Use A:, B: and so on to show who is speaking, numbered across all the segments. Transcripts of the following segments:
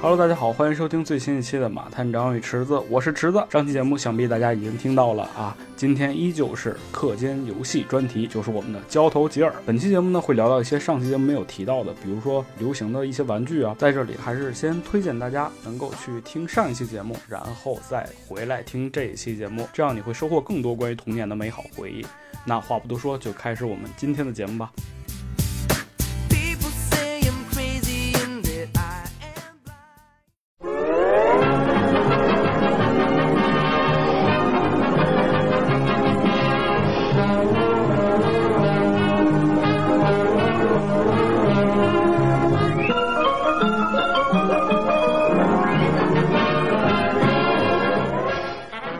A: Hello，大家好，欢迎收听最新一期的《马探长与池子》，我是池子。上期节目想必大家已经听到了啊，今天依旧是课间游戏专题，就是我们的交头接耳。本期节目呢会聊到一些上期节目没有提到的，比如说流行的一些玩具啊，在这里还是先推荐大家能够去听上一期节目，然后再回来听这一期节目，这样你会收获更多关于童年的美好回忆。那话不多说，就开始我们今天的节目吧。
B: People say I'm crazy and that I am blind.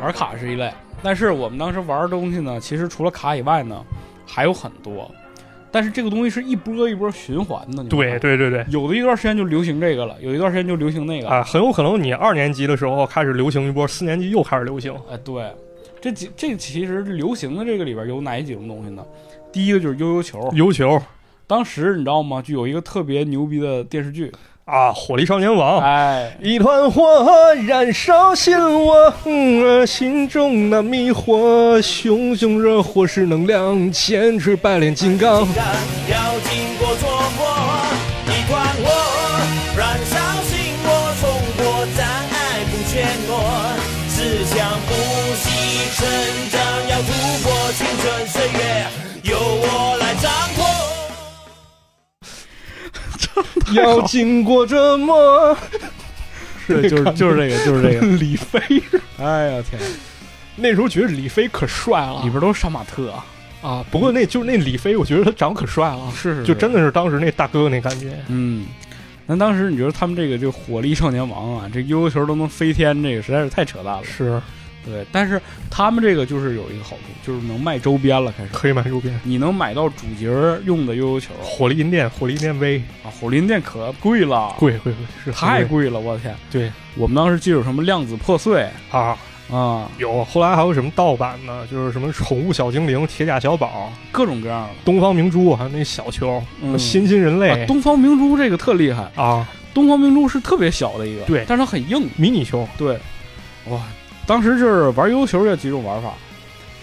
A: 玩卡是一类，但是我们当时玩的东西呢，其实除了卡以外呢，还有很多。但是这个东西是一波一波循环的，你知道吗
C: 对，对对对
A: 有的一段时间就流行这个了，有一段时间就流行那个，
C: 啊，很有可能你二年级的时候开始流行一波，四年级又开始流行。
A: 哎，对，这几这其实流行的这个里边有哪几种东西呢？第一个就是悠悠球，
C: 游球
A: 当时你知道吗？就有一个特别牛逼的电视剧，
C: 啊，《火力少年王》
A: 哎，
C: 一团火燃烧心窝，嗯心中那迷惑，熊熊热火是能量，千尺百炼金刚。
D: 要经过琢磨，一团火，燃烧心窝，冲破障碍不怯懦，自强不息成长，要突破青春岁月，由我来掌舵。
C: 要经过折磨，
A: 是就是就是 这个就是这个，
C: 李飞
A: 哎呀天，
C: 那时候觉得李飞可帅了
A: 里边都是杀马特啊，
C: 啊！不过那就是那李飞，我觉得他长得可帅了，
A: 是是
C: 就真的是当时那大哥哥那感觉。
A: 嗯，那当时你觉得他们这个就火力少年王啊，这悠悠球都能飞天，这个实在是太扯淡了。
C: 是
A: 对，但是他们这个就是有一个好处，就是能卖周边了，开始
C: 可以买周边，
A: 你能买到主角用的悠悠球
C: 火力银电，火力银电 V
A: 啊，火林店可贵了，
C: 贵贵贵，是
A: 太
C: 很
A: 贵了，我天！
C: 对
A: 我们当时记住什么量子破碎
C: 啊！
A: 啊，
C: 有后来还有什么盗版的，就是什么宠物小精灵、铁甲小宝、
A: 各种各样的。
C: 东方明珠，还有那小球、
A: 嗯
C: 新新人类
A: 啊，东方明珠这个特厉害，
C: 啊，
A: 东方明珠是特别小的一个，
C: 对
A: 但是它很硬，
C: 迷你球
A: 对，哇，当时就是玩悠悠球有几种玩法，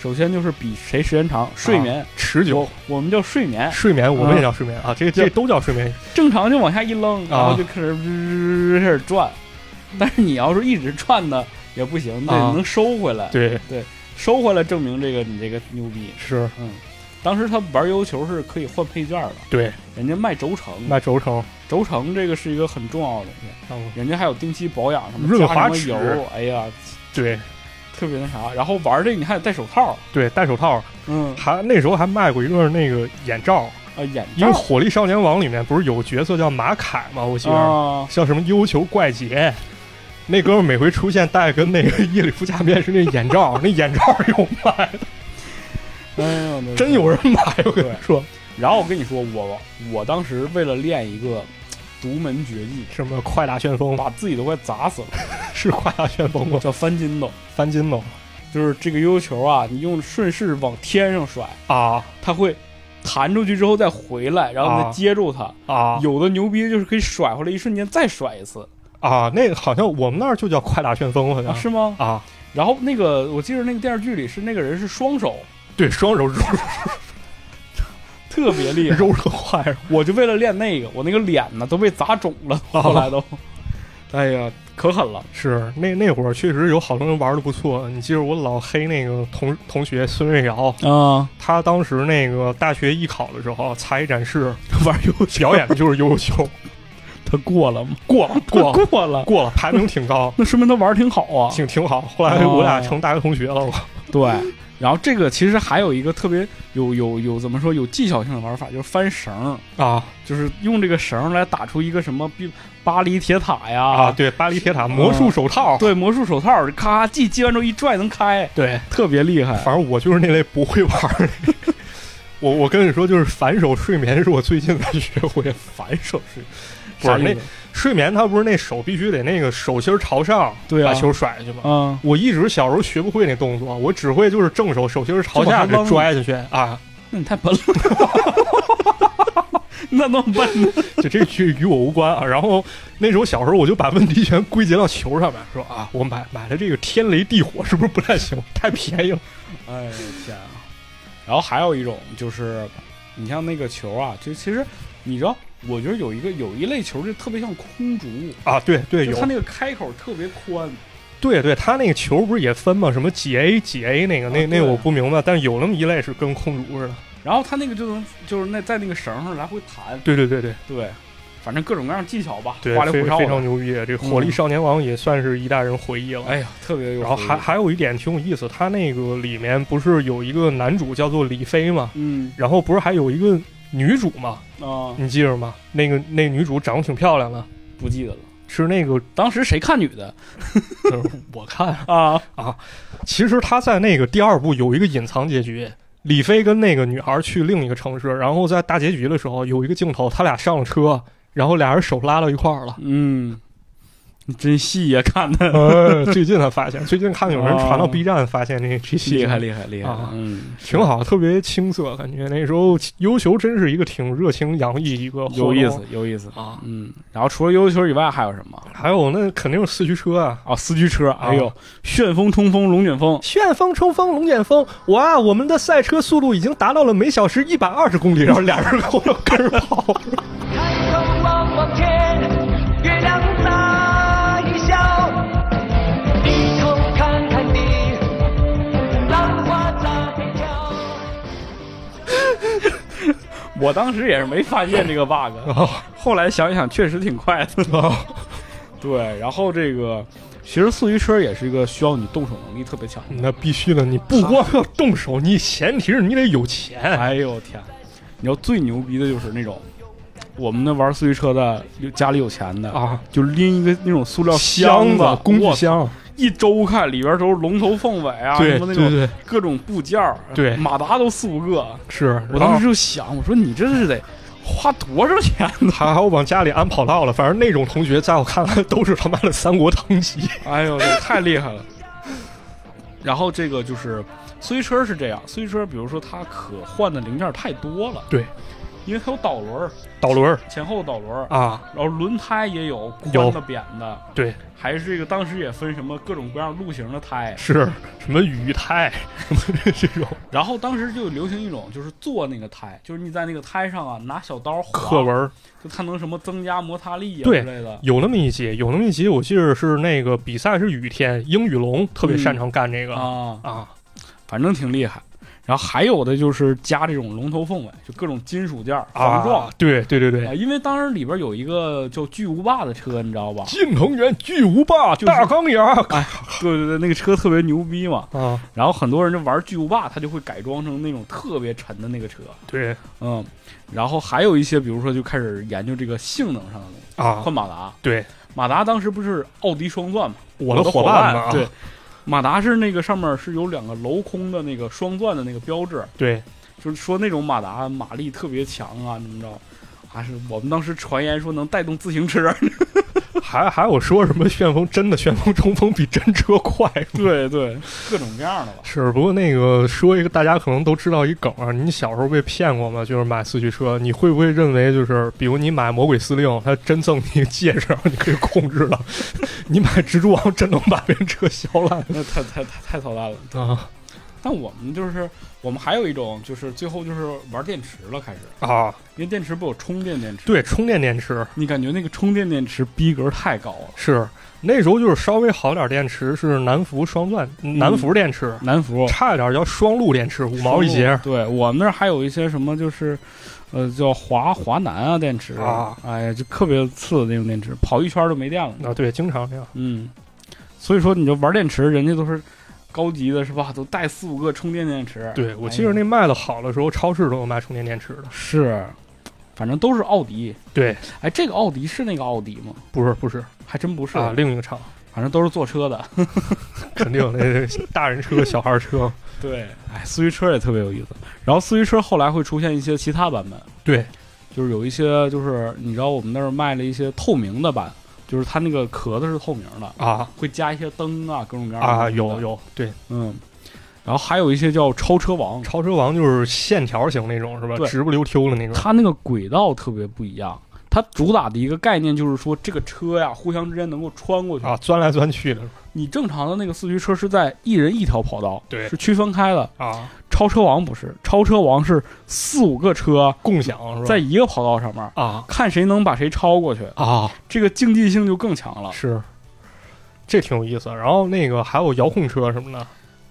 A: 首先就是比谁时间长，睡眠，
C: 持久。
A: 我们叫睡眠，
C: 啊睡眠，我们
A: 啊
C: 也叫睡眠啊，这这
A: 对
C: 都叫睡眠
A: 正常就往下一扔，然后
C: 啊嗯
A: 就开始吱开始转，但是你要是一直转呢也不行，得
C: 啊
A: 能收回来，
C: 对，
A: 收回来证明这个你这个牛逼。
C: 是
A: 嗯，当时他玩悠悠球是可以换配件的，
C: 对，
A: 人家卖轴承，
C: 那轴承，
A: 轴承这个是一个很重要的东西，
C: 嗯
A: 人家还有定期保养什么
C: 润
A: 加
C: 滑
A: 什
C: 齿
A: 么油，哎呀，
C: 对
A: 特别那啥。然后玩这个你还得戴手套，
C: 对，戴手套，
A: 嗯
C: 还那时候还卖过一个那个眼罩，
A: 啊，眼
C: 因为
A: 罩
C: 《火力少年王》里面不是有角色叫马凯吗？我记得，
A: 啊，
C: 像什么幽球怪杰，那哥们儿每回出现戴跟那个夜里夫假面是那眼 罩，那眼罩有卖，
A: 哎呦，那
C: 真有人买，我跟你说，
A: 然后我跟你说，我我当时为了练一个独门绝技，
C: 什么快打旋风
A: 把自己都快砸死了，
C: 是快打旋风吗？
A: 叫翻筋斗，
C: 翻筋斗
A: 就是这个悠悠球啊，你用顺势往天上甩，
C: 啊
A: 它会弹出去之后再回来，然后你再
C: 啊
A: 接住它。
C: 啊
A: 有的牛逼就是可以甩回来，一瞬间再甩一次，
C: 啊！那个好像我们那儿就叫快打旋风，好
A: 啊
C: 像
A: 是吗？
C: 啊，
A: 然后那个我记得那个电视剧里是那个人是双手，
C: 对，双手 揉
A: 特别厉 害。
C: 揉的坏了
A: 我就为了练那个，我那个脸呢都被砸肿了，
C: 啊
A: 后来都，哎呀，可狠了。
C: 是那那会儿确实有好多人玩的不错。你记得我老黑那个同同学孙瑞瑶，
A: 啊，
C: 他当时那个大学艺考的时候才艺展示 玩悠悠表演的就是悠悠球，
A: 他过了吗？
C: 过了过了
A: 他 过了，，
C: 过了，排名挺高
A: 那说明他玩儿挺好啊。
C: 挺挺好。后来我俩成大学同学了，我
A: 对，然后这个其实还有一个特别有有有怎么说有技巧性的玩法，就是翻绳儿，
C: 啊
A: 就是用这个绳儿来打出一个什么比巴黎铁塔呀，
C: 啊！对，巴黎铁塔魔术手套，
A: 对魔术手套，咔系系完之后一拽能开，
C: 对，
A: 特别厉害。
C: 反正我就是那类不会玩儿的。我我跟你说，就是反手睡眠是我最近才学会的反手睡。不
A: 啥
C: 是
A: 意
C: 那
A: 思
C: 睡眠，它不是那手必须得那个手心儿朝上，
A: 对啊
C: 把球甩下去吗？
A: 嗯，
C: 我一直小时候学不会那动作，我只会就是正手手心儿 朝
A: 就往
C: 下啊
A: 上
C: 给
A: 扔
C: 拽下去啊，
A: 那你太笨了。你咋那么笨呢？
C: 就这句与我无关啊。 然后那时候小时候我就把问题全归结到球上面，说啊，我买买了这个天雷地火是不是不太行？太便宜了。
A: 哎呦天啊！然后还有一种就是，你像那个球啊，就其实你知道，我觉得有一个有一类球就特别像空竹，
C: 啊，对对，
A: 就它
C: 有，
A: 那个开口特别宽，
C: 对对，他那个球不是也分吗？什么几 A 几 A 那个，那
A: 啊
C: 那
A: 对
C: 我不明白，但是有那么一类是跟空竹似的。
A: 然后它那个就能就是那在那个绳上来回弹，
C: 对对对对
A: 对，反正各种各样技巧吧，
C: 对，
A: 花里
C: 非
A: 胡哨
C: 非常
A: 的。
C: 牛逼，这《火力
A: 嗯
C: 少年王》也算是一代人回忆了。
A: 哎呀，特别有
C: 然后
A: 回忆
C: 还还有一点挺有意思，他那个里面不是有一个男主叫做李飞吗？
A: 嗯
C: 然后不是还有一个女主吗？
A: 啊、
C: 你记着吗？那个那女主长得挺漂亮的，
A: 不记得了，
C: 是那个
A: 当时谁看女的
C: 就是我看，
A: 啊？。
C: 其实她在那个第二部有一个隐藏结局。李飞跟那个女孩去另一个城市，然后在大结局的时候有一个镜头，他俩上了车，然后俩人手拉到一块儿了
A: 嗯，你真细呀、看的
C: 呃，最近才发现，最近看有人传到 B 站，发现这这戏
A: 哦厉害厉害厉害，
C: 啊
A: 嗯，
C: 挺好，特别青涩，感觉那时候优球真是一个挺热情洋溢一个活
A: 有
C: 动
A: 意思有意思。
C: 啊。
A: 嗯，然后除了悠悠球以外还有什么？
C: 还有那肯定是四驱车啊，
A: 啊，四驱车，
C: 啊
A: 哎呦，旋风、冲锋、龙卷风，
C: 旋风、冲锋、龙卷风，哇！我们的赛车速度已经达到了每小时一百二十公里，然后俩人后头跟着跑。
E: 抬头望望天，月亮在笑，低头看看地，浪花在飘。
A: 我当时也是没发现这个哦 bug，后
C: 啊
A: 来想一想确实挺快的。 对，然后这个其实四驱车也是一个需要你动手能力特别强的。
C: 那必须的，你不光要动手，你前提是你得有钱。
A: 哎呦天，你知道最牛逼的就是那种我们那玩四驱车的，有家里有钱的
C: 啊，
A: 就拎一个那种塑料
C: 箱
A: 子、
C: 工具
A: 哇，
C: 箱，
A: 一周看里边都是龙头凤尾啊，
C: 对
A: 什么那种
C: 对对
A: 各种部件儿
C: 对
A: 马达都四五个。
C: 是
A: 我当时就想，我说你这是得花多少钱 呢？
C: 还还往家里安跑道了，反正那种同学在我看来都是他妈的三国堂级。
A: 哎呦，这太厉害了！然后这个就是四驱车是这样，四驱车比如说它可换的零件太多了，
C: 对，
A: 因为它有导轮儿、
C: 导轮儿
A: 前后导轮儿，
C: 啊，
A: 然后轮胎也有
C: 有
A: 宽的、扁的，
C: 对，
A: 还是这个当时也分什么各种各样路型的胎。
C: 是什么雨胎什么 这种
A: 然后当时就流行一种就是做那个胎，就是你在那个胎上啊拿小刀划
C: 课文，儿，
A: 就它能什么增加摩擦力啊
C: 对
A: 之类的。
C: 有那么一集，有那么一集，我记得是那个比赛是雨天，英语龙特别擅长干这个、
A: 啊，
C: 啊，
A: 反正挺厉害。然后还有的就是加这种龙头凤尾，就各种金属件儿防撞
C: 啊，对对对对，？
A: 啊，因为当时里边有一个叫巨无霸的车，你知道吧
C: 金藤原巨无霸、
A: 就是
C: 大钢牙
A: 对对对，那个车特别牛逼嘛。
C: 啊，
A: 然后很多人就玩巨无霸，他就会改装成那种特别沉的那个车，
C: 对
A: 嗯。然后还有一些，比如说就开始研究这个性能上的东西，
C: 啊，
A: 换马达。
C: 对，
A: 马达当时不是奥迪双钻嘛，
C: 我
A: 的
C: 的伙
A: 伴
C: 嘛，啊
A: 对，马达是那个上面是有两个镂空的那个双钻的那个标志，
C: 对
A: 就是说那种马达马力特别强啊，你们知道。还是我们当时传言说能带动自行车，
C: 还还有说什么旋风真的旋风冲锋比真车快。
A: 对对，各种各样的吧。
C: 是，不过那个说一个大家可能都知道一梗啊，你小时候被骗过吗？就是买四驱车，你会不会认为就是，比如你买魔鬼司令，他真赠你一个戒指，你可以控制了； 你买蜘蛛王，真能把别人车削烂
A: 那太太太太操蛋了。
C: 啊
A: 但我们就是我们还有一种就是最后就是玩电池了，开始，
C: 啊！
A: 因为电池不有充电电池，
C: 对，充电电池
A: 你感觉那个充电电池逼格太高了。
C: 是那时候就是稍微好点电池是南孚双钻南孚电池，
A: 南孚
C: 差一点叫嗯哦双路电池，五毛一节。
A: 对我们那儿还有一些什么就是，呃，叫华华南啊电池
C: 啊，
A: 哎呀，就特别次的那种电池，跑一圈就没电了。
C: 啊，对，经常这样。
A: 嗯，所以说你就玩电池，人家都是高级的，是吧？都带四五个充电电池。
C: 对，我记得
A: 哎呀
C: 那卖的好的时候，超市都有卖充电电池的。
A: 是，反正都是奥迪。
C: 对，
A: 哎，这个奥迪是那个奥迪吗？
C: 不是不是
A: 还真不是，
C: 啊，另一个厂。
A: 反正都是坐车的。
C: 肯定那大人车、小孩车，
A: 对，哎，四驱车也特别有意思。然后四驱车后来会出现一些其他版本，
C: 对，
A: 就是有一些就是你知道我们那儿卖了一些透明的版，就是它那个壳子是透明的，
C: 啊
A: 会加一些灯啊，各种各样的
C: 啊，
A: 东西
C: 有
A: 的
C: 有，对
A: 嗯。然后还有一些叫超车王，
C: 超车王就是线条型那种是吧
A: 对？
C: 直不溜秋的那种。
A: 它那个轨道特别不一样。它主打的一个概念就是说，这个车呀，互相之间能够穿过去。
C: 啊，钻来钻去的
A: 你正常的那个四驱车是在一人一条跑道，
C: 对
A: 是区分开的。
C: 啊，
A: 超车王不是，超车王是四五个车
C: 共享是吧？
A: 在一个跑道上面，
C: 啊
A: 看谁能把谁超过去，
C: 啊
A: 这个竞技性就更强了。
C: 是，这挺有意思。然后那个还有遥控车什么的，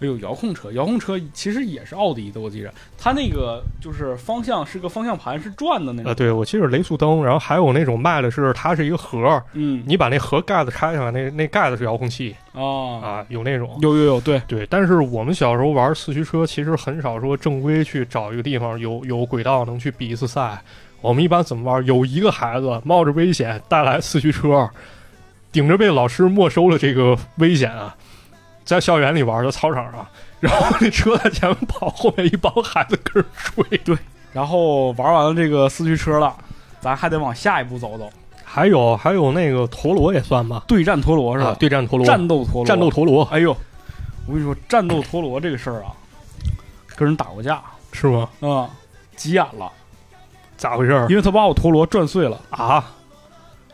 A: 哎呦，遥控车，遥控车其实也是奥迪的，我记着，它那个就是方向是个方向盘，是转的那种。
C: 呃，对我记得是雷速登，然后还有那种卖的是它是一个盒儿，
A: 嗯，
C: 你把那盒盖子拆下来，那那盖子是遥控器
A: 啊，
C: 啊，有那种。
A: 有有有，对，
C: 对，但是我们小时候玩四驱车，其实很少说正规去找一个地方有有轨道能去比一次赛。我们一般怎么玩？有一个孩子冒着危险带来四驱车，顶着被老师没收了这个危险啊，在校园里玩，在操场上，然后那车在前面跑，后面一帮孩子跟着追。对，
A: 然后玩完了这个四驱车了，咱还得往下一步走走，
C: 还有还有那个陀螺也算吧，
A: 对战陀螺是吧？
C: 啊对战陀螺，
A: 战斗陀螺，
C: 战斗陀螺、
A: 哎呦，我跟你说，战斗陀螺这个事儿啊，跟人打过架啊、
C: 是吗？
A: 嗯急眼了，
C: 咋回事儿
A: 因为他把我陀螺转碎了。
C: 啊？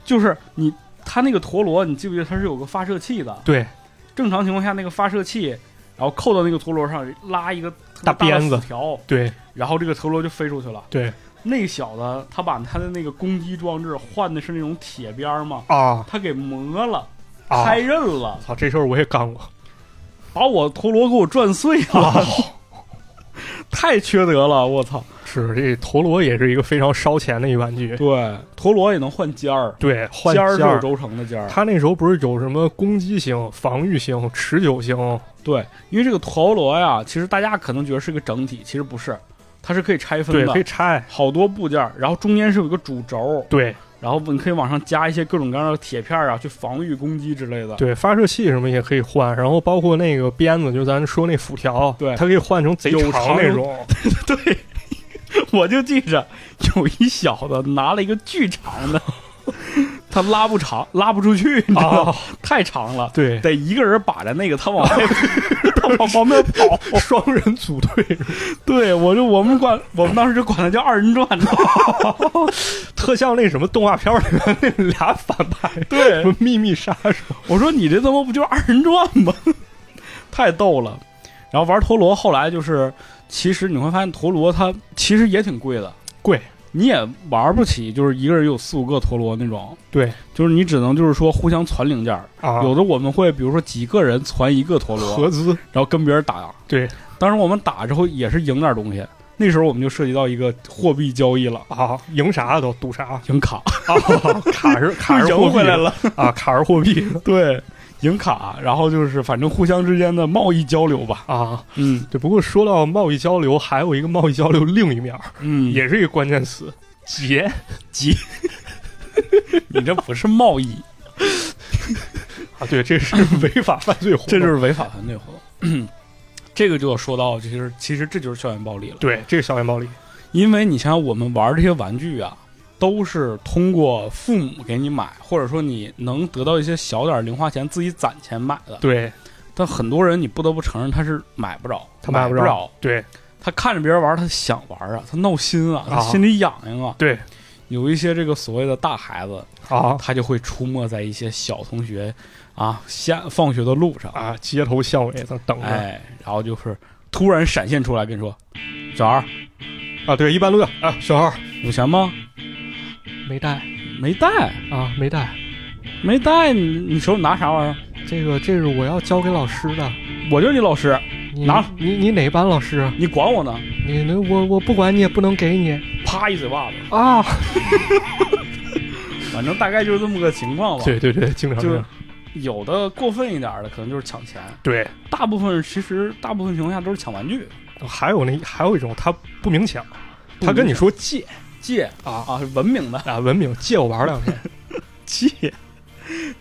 A: 就是你，他那个陀螺，你记不记得它是有个发射器的？
C: 对，
A: 正常情况下，那个发射器，然后扣到那个陀螺上，拉一个特别
C: 大鞭
A: 的
C: 子
A: 死条，
C: 对
A: 然后这个陀螺就飞出去了。
C: 对
A: 那小子他把他的那个攻击装置换的是那种铁边儿嘛，
C: 啊
A: 他给磨了，
C: 啊！
A: 开刃了，
C: 操，这事儿我也干过。
A: 把我陀螺给我转碎 了，太缺德了！我操，
C: 是，这陀螺也是一个非常烧钱的一玩具。
A: 对，陀螺也能换尖儿，
C: 对，换
A: 尖儿是
C: 儿
A: 有。轴承的尖儿。
C: 它那时候不是有什么攻击型、防御型、持久型
A: 对，因为这个陀螺呀，其实大家可能觉得是个整体，其实不是，它是可以拆分
C: 对，可
A: 的，
C: 以拆。
A: 好多部件儿，然后中间是有一个主轴，
C: 对
A: 然后你可以往上加一些各种各样的铁片儿啊，去防御攻击之类的。
C: 对，发射器什么也可以换，然后包括那个鞭子，就咱说那辐条，
A: 对
C: 它可以换成贼
A: 有
C: 长
A: 长
C: 那 种。
A: 对，我就记着有一小子拿了一个巨长的， 他拉不长，拉不出去，你知道吗？
C: 啊，
A: 太长了，
C: 对，
A: 得一个人把着那个，他 往外，他往旁边跑。
C: 双人组队，
A: 对，我就我们管我们当时就管他叫二人转，你知道吗
C: 特像那什么动画片儿里面那俩反派，
A: 对
C: 什么秘密杀手
A: 我说你这他妈不就是二人转吗？ 太逗了。然后玩陀螺，后来就是，其实你会发现陀螺它其实也挺贵的，
C: 贵。
A: 你也玩不起，就是一个人有四五个陀螺那种，
C: 对
A: 就是你只能就是说互相攒零件儿。
C: 啊，
A: 有的我们会比如说几个人攒一个陀螺，
C: 合资。
A: 然后跟别人打。
C: 对
A: 当时我们打之后也是赢点东西，那时候我们就涉及到一个货币交易了，
C: 啊，赢啥都赌啥啊，
A: 赢 卡，
C: 卡是卡 是货
A: 赢
C: 币
A: 回来了。
C: 啊，卡是货币
A: 对，赢卡，然后就是反正互相之间的贸易交流吧。
C: 啊。
A: 嗯
C: 对，不过说到贸易交流，还有一个贸易交流另一面儿，
A: 嗯，
C: 也是一个关键词，结
A: 你这不是贸易，
C: 啊，对，这是违法犯罪活动，
A: 这就是违法犯罪活动。 这个就要说到，就是其实这就是校园暴力了。
C: 对，这是校园暴力
A: 因为你像我们玩这些玩具啊，都是通过父母给你买，或者说你能得到一些小点儿零花钱，自己攒钱买的。
C: 对
A: 但很多人你不得不承认他是买不着，
C: 他
A: 买
C: 买不
A: 着，
C: 着，对
A: 他看着别人玩，他想玩啊，他闹心啊，他
C: 啊
A: 心里痒痒啊。
C: 对
A: 有一些这个所谓的大孩子，
C: 啊
A: 他就会出没在一些小同学啊下放学的路上，
C: 啊，街头巷尾在等着、
A: 哎，然后就是突然闪现出来跟你说：“小孩儿
C: 啊，对，一般都要啊，小孩儿
A: 有钱吗？
C: 没带
A: 没带，
C: 啊，没带，
A: 没带，你你手里拿啥玩意儿？”
C: 这个这是我要交给老师的，
A: 我就是你老师，
C: 你
A: 拿
C: 你你哪班老师？
A: 你管我呢？
C: 你那我我不管你也不能给你
A: 啪一嘴巴子，
C: 啊，
A: 反正大概就是这么个情况吧。
C: 对对对，经常
A: 就
C: 这样，
A: 有的过分一点的，可能就是抢钱，
C: 对。
A: 大部分其实大部分情况下都是抢玩具、
C: 还有那还有一种，他不明抢，
A: 不
C: 他跟
A: 明
C: 你说借
A: 借
C: 啊
A: 啊，是文明的
C: 啊，文明借我玩两天，
A: 借。啊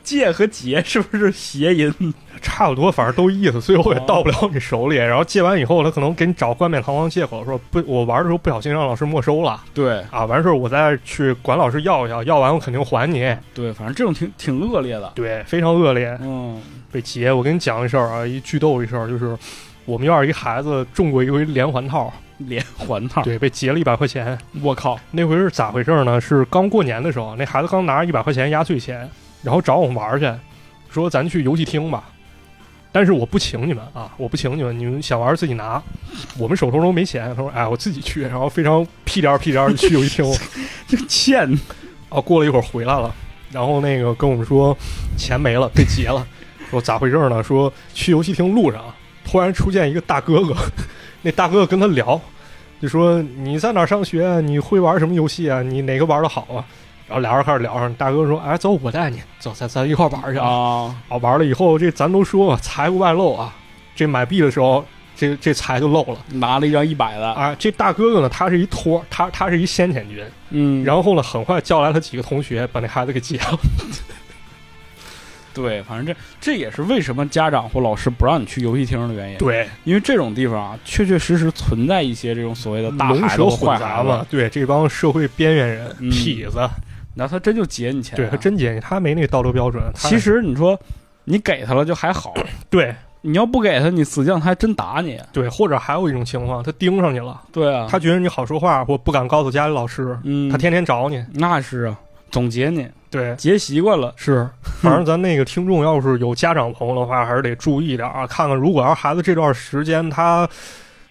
A: 借和劫是不是谐音？
C: 差不多，反正都意思，最后也到不了你手里。然后借完以后，他可能给你找冠冕堂皇借口，说不，我玩的时候不小心让老师没收了
A: 对
C: 啊，完事儿我再去管老师要一要，要完我肯定还你。
A: 对，反正这种挺挺恶劣的。
C: 对，非常恶劣，
A: 嗯
C: 被劫。我跟你讲一事儿啊，一剧斗一事儿，就是我们院儿一孩子中过一回连环套，
A: 连环套，
C: 对，被劫了一百块钱。
A: 我 靠，
C: 那回是咋回事呢？是刚过年的时候，那孩子刚拿着一百块钱压岁钱，然后找我们玩儿去，说咱去游戏厅吧。但是我不请你们啊，我不请你们，你们想玩儿自己拿。我们手头都没钱，他说：“哎，我自己去。”然后非常屁颠儿屁颠儿地去游戏厅。
A: 这欠
C: 啊，过了一会儿回来了，然后那个跟我们说钱没了，被劫了，说咋回事儿呢？说去游戏厅路上啊突然出现一个大哥哥， 那大哥哥跟他聊，就说你在哪儿上学啊？你会玩什么游戏啊？你哪个玩的好啊？然后俩人开始聊上，大哥说：“哎，走，我带你，走，咱咱一块儿玩去啊！”
A: 啊！
C: 啊，玩了以后，这咱都说财不外露啊，这买币的时候，这这财就漏了
A: 拿了一张一百的，
C: 啊。这大哥哥呢，他是一托儿，他他是一先遣军，
A: 嗯，后
C: 然后呢，很快叫来了几个同学，把那孩子给解了。
A: 对，反正这这也是为什么家长或老师不让你去游戏厅的原因，
C: 对，
A: 因为这种地方啊，确确实实存在一些这种所谓的大
C: 嗯龙
A: 孩子
C: 蛇
A: 或
C: 混
A: 坏
C: 杂
A: 孩
C: 嘛
A: 子，，
C: 对，这帮社会边缘人、
A: 嗯
C: 痞子，
A: 然后他真就劫你钱啊，
C: 对他真解，他没那个道德标准。他
A: 其实你说你给他了就还好，
C: 对
A: 你要不给他，你死犟他还真打你。啊
C: 对，或者还有一种情况，他盯上你了，
A: 对啊，
C: 他觉得你好说话，或不敢告诉家里老师，
A: 嗯，
C: 他天天找你。
A: 那是啊，总劫你
C: 对，
A: 劫习惯了，
C: 是，反正咱那个听众要是有家长朋友的话，还是得注意点啊，看看如果要是孩子这段时间他。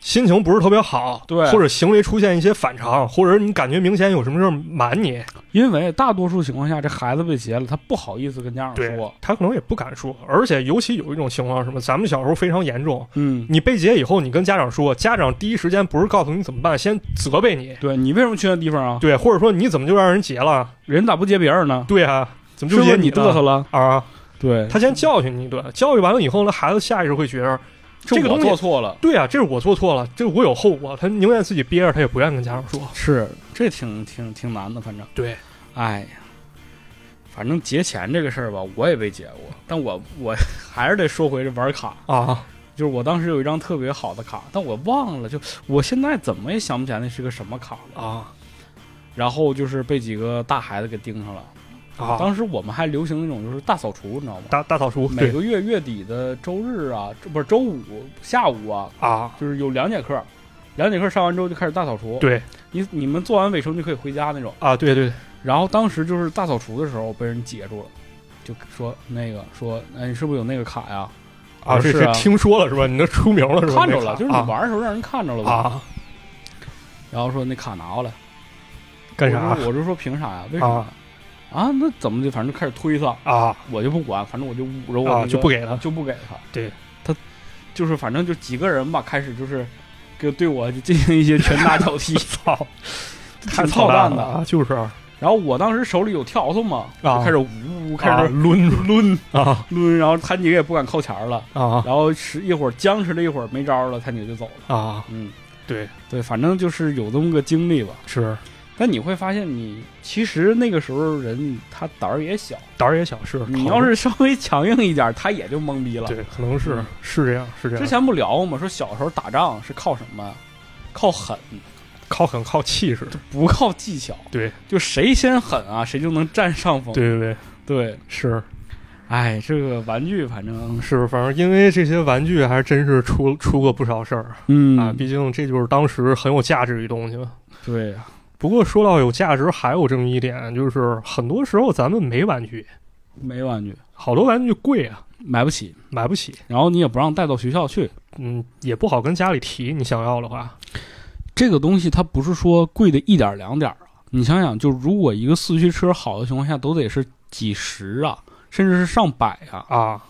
C: 心情不是特别好，
A: 对
C: 或者行为出现一些反常，或者你感觉明显有什么事儿瞒你，
A: 因为大多数情况下这孩子被劫了，他不好意思跟家长
C: 对
A: 说，
C: 他可能也不敢说，而且尤其有一种情况是什么，咱们小时候非常严重，
A: 嗯。
C: 你被劫以后，你跟家长说，家长第一时间不是告诉你怎么办，先责备你，
A: 对你为什么去那地方啊？
C: 对，或者说你怎么就让人劫了，
A: 人咋不劫别人呢？
C: 对啊，怎么
A: 是
C: 就
A: 不
C: 劫
A: 是你
C: 呢
A: 嘚瑟了？
C: 啊？
A: 对，
C: 他先教训你一顿，教育完了以后呢，孩子下意识会觉得这个
A: 我
C: 东
A: 做
C: 西。
A: 错了，
C: 对啊，这是我做错了，这我有后果。他宁愿自己憋着，他也不愿跟家长说。
A: 是这挺挺挺难的，反正
C: 对，
A: 哎呀，反正劫钱这个事儿吧，我也被劫过，但我我 还是得说回这玩卡，
C: 啊，
A: 就是我当时有一张特别好的卡，但我忘了，就我现在怎么也想不起来那是个什么卡了。
C: 啊
A: 然后就是被几个大孩子给盯上了，
C: 啊！
A: 当时我们还流行那种就是大扫除，你知道吗？
C: 大大扫除，
A: 每
C: 对
A: 个月月底的周日啊，这不是周五下午啊，
C: 啊，
A: 就是有两节课，两节课上完之后就开始大扫除。
C: 对
A: 你你们做完卫生就可以回家那种。
C: 啊，对对
A: 然后当时就是大扫除的时候被人截住了，就说那个说，哎，你是不是有那个卡呀？
C: 啊，
A: 我
C: 这
A: 是
C: 是
A: 啊
C: 听说了是吧？你这出名了 是吧？
A: 看着
C: 那
A: 了，
C: 卡
A: 就是你玩的时候让人看着了
C: 啊
A: 吧。
C: 啊，
A: 然后说那卡拿过来，
C: 干啥
A: 我就我就说凭啥呀？为什么
C: 啊？
A: 啊，那怎么就反正就开始推搡，
C: 啊
A: 我就不管，反正我就捂着我、
C: 啊，就不给他
A: 就不给他。
C: 对，，
A: 他就是反正就几个人吧，开始就是就对我就进行一些拳打脚踢
C: 操，
A: 挺
C: 操
A: 操蛋的。
C: 啊，就是啊，
A: 然后我当时手里有笤帚嘛，
C: 啊
A: 就开始呜呜开
C: 啊
A: 始
C: 抡
A: 抡
C: 啊
A: 抡，然后他几个也不敢靠前儿了。
C: 啊
A: 然后是一会儿僵持了一会儿没招儿了，他几个就走了。
C: 啊，
A: 嗯，
C: 对
A: 对，反正就是有这么个经历吧。
C: 是
A: 但你会发现你，其实那个时候人他胆儿也小，
C: 胆儿也小，是
A: 你要是稍微强硬一点儿，他也就懵逼了。
C: 对，可能是
A: 嗯
C: 是这样是啊这
A: 之
C: 样，
A: 前不聊过吗？说小时候打仗是靠什么？靠狠，
C: 靠很靠气势，
A: 不靠技巧。
C: 对，
A: 就谁先狠啊，谁就能占上风。
C: 对对对，
A: 对，
C: 是
A: 哎，这个玩具反正
C: 是，反正因为这些玩具还真是出出过不少事儿
A: 嗯
C: 啊，毕竟这就是当时很有价值一东西嘛。
A: 对啊，
C: 不过说到有价值，还有这么一点，就是很多时候咱们没玩具，
A: 没玩具
C: 好多玩具贵啊，
A: 买不起，
C: 买不起，
A: 然后你也不让带到学校去。
C: 嗯，也不好跟家里提。你想要的话，
A: 这个东西它不是说贵的一点儿两点儿啊，你想想，就如果一个四驱车好的情况下都得是几十啊，甚至是上百啊。
C: 啊，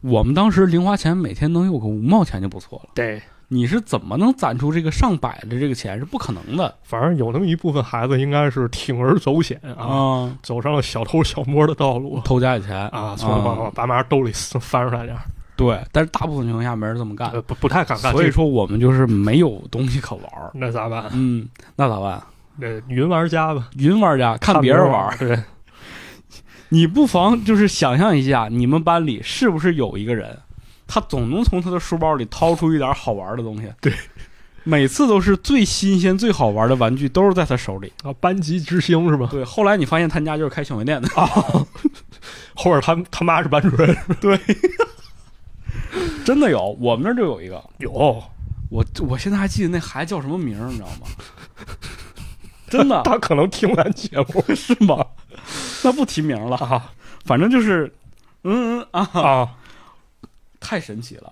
A: 我们当时零花钱每天能有个五毛钱就不错了，
C: 对，
A: 你是怎么能攒出这个上百的这个钱是不可能的
C: 反正有那么一部分孩子应该是铤而走险啊，
A: 啊！
C: 走上了小偷小摸的道路
A: 偷家里钱
C: 啊，从爸爸爸妈兜里撕翻出来点儿，
A: 对，但是大部分情况下没人这么干
C: 呃，，不不太敢干。
A: 啊所以
C: 这
A: 说我们就是没有东西可玩儿。
C: 那咋办？
A: 嗯，那咋办？
C: 那云玩家吧，
A: 云玩家看别人玩儿，
C: 对
A: 你不妨就是想象一下，你们班里是不是有一个人，他总能从他的书包里掏出一点好玩的东西？
C: 对，
A: 每次都是最新鲜、最好玩的玩具都是在他手 里。
C: 啊，班级之星是吧？
A: 对，后来你发现他家就是开小卖店的，
C: 啊，或者他他妈是班主任，对，
A: 真的有，我们那儿就有一个。
C: 有
A: 我我现在还记得那孩子叫什么名儿，你知道吗？ 真的
C: 他可能听完节 目
A: 是吗？那不提名了，
C: 啊
A: 反正就是，嗯嗯啊，
C: 啊，
A: 太神奇了。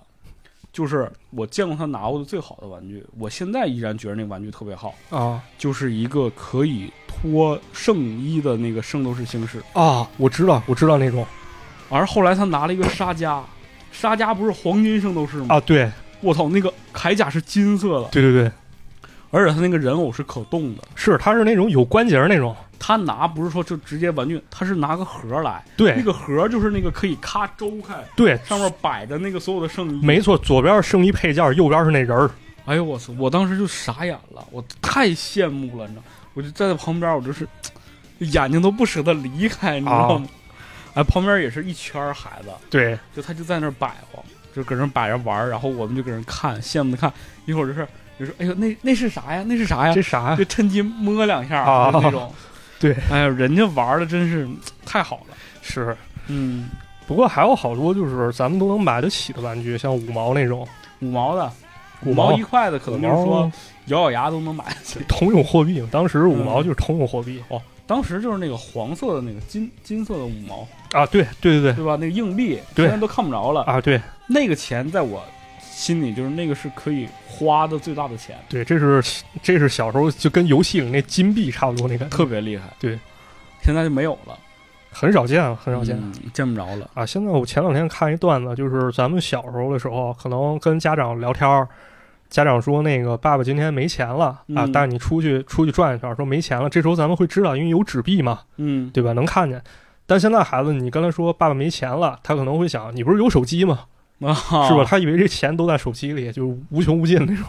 A: 就是我见过他拿过的最好的玩具，我现在依然觉得那玩具特别好，
C: 啊
A: 就是一个可以脱圣衣的那个圣斗士星矢。
C: 啊！我知道，我知道那种
A: 而后来他拿了一个沙加，沙加不是黄金圣斗士吗？
C: 啊，对
A: 我操，那个铠甲是金色的，
C: 对对对，
A: 而且他那个人偶是可动的。
C: 是他是那种有关节儿那种，
A: 他拿不是说就直接玩具，他是拿个盒儿来，
C: 对
A: 那个盒儿就是那个可以咔周开，
C: 对，
A: 上面摆着那个所有的圣衣。
C: 没错，左边是圣衣配件儿，右边是那人儿，
A: 哎呦我操！我当时就傻眼了，我太羡慕了，你知道？我就站在旁边，我就是眼睛都不舍得离开，你知道
C: 啊
A: 吗？哎，旁边也是一圈儿孩子，
C: 对
A: 就他就在那儿摆活，就搁那儿摆着玩儿，然后我们就搁那儿看，羡慕的看。一会儿就是就说：“哎呦，那那是啥呀？那是啥呀
C: 这？”啥呀
A: 就？趁机摸两下
C: 啊
A: 就那种。
C: 对，
A: 哎呀，人家玩的真是太好了。
C: 是，
A: 嗯，
C: 不过还有好多就是咱们都能买得起的玩具，像五毛那种，
A: 五毛的，
C: 五
A: 五
C: 毛
A: 毛一块的，可能就是说咬咬牙都能买得起。
C: 通用货币嘛，当时五毛就是通用货币、
A: 嗯哦， 当时就是那个黄色的那个金金色的五毛，
C: 啊，对对对对
A: 对吧？那个硬币虽
C: 对
A: 然都看不着了，
C: 啊，对
A: 那个钱在我心里就是那个是可以花的最大的钱，
C: 对，这是这是小时候就跟游戏里那金币差不多那个，
A: 特别厉害。
C: 嗯对，
A: 现在就没有了，
C: 很少见，很少见。
A: 嗯见不着了。
C: 啊，现在我前两天看一段子，就是咱们小时候的时候，可能跟家长聊天儿，家长说那个爸爸今天没钱了啊，
A: 嗯
C: 带你出去出去转一圈儿，说没钱了。这时候咱们会知道，因为有纸币嘛，
A: 嗯，
C: 对吧？能看见。但现在孩子，你跟他说爸爸没钱了，他可能会想，你不是有手机吗？
A: 啊，
C: 是吧？？他以为这钱都在手机里，就是无穷无尽那种。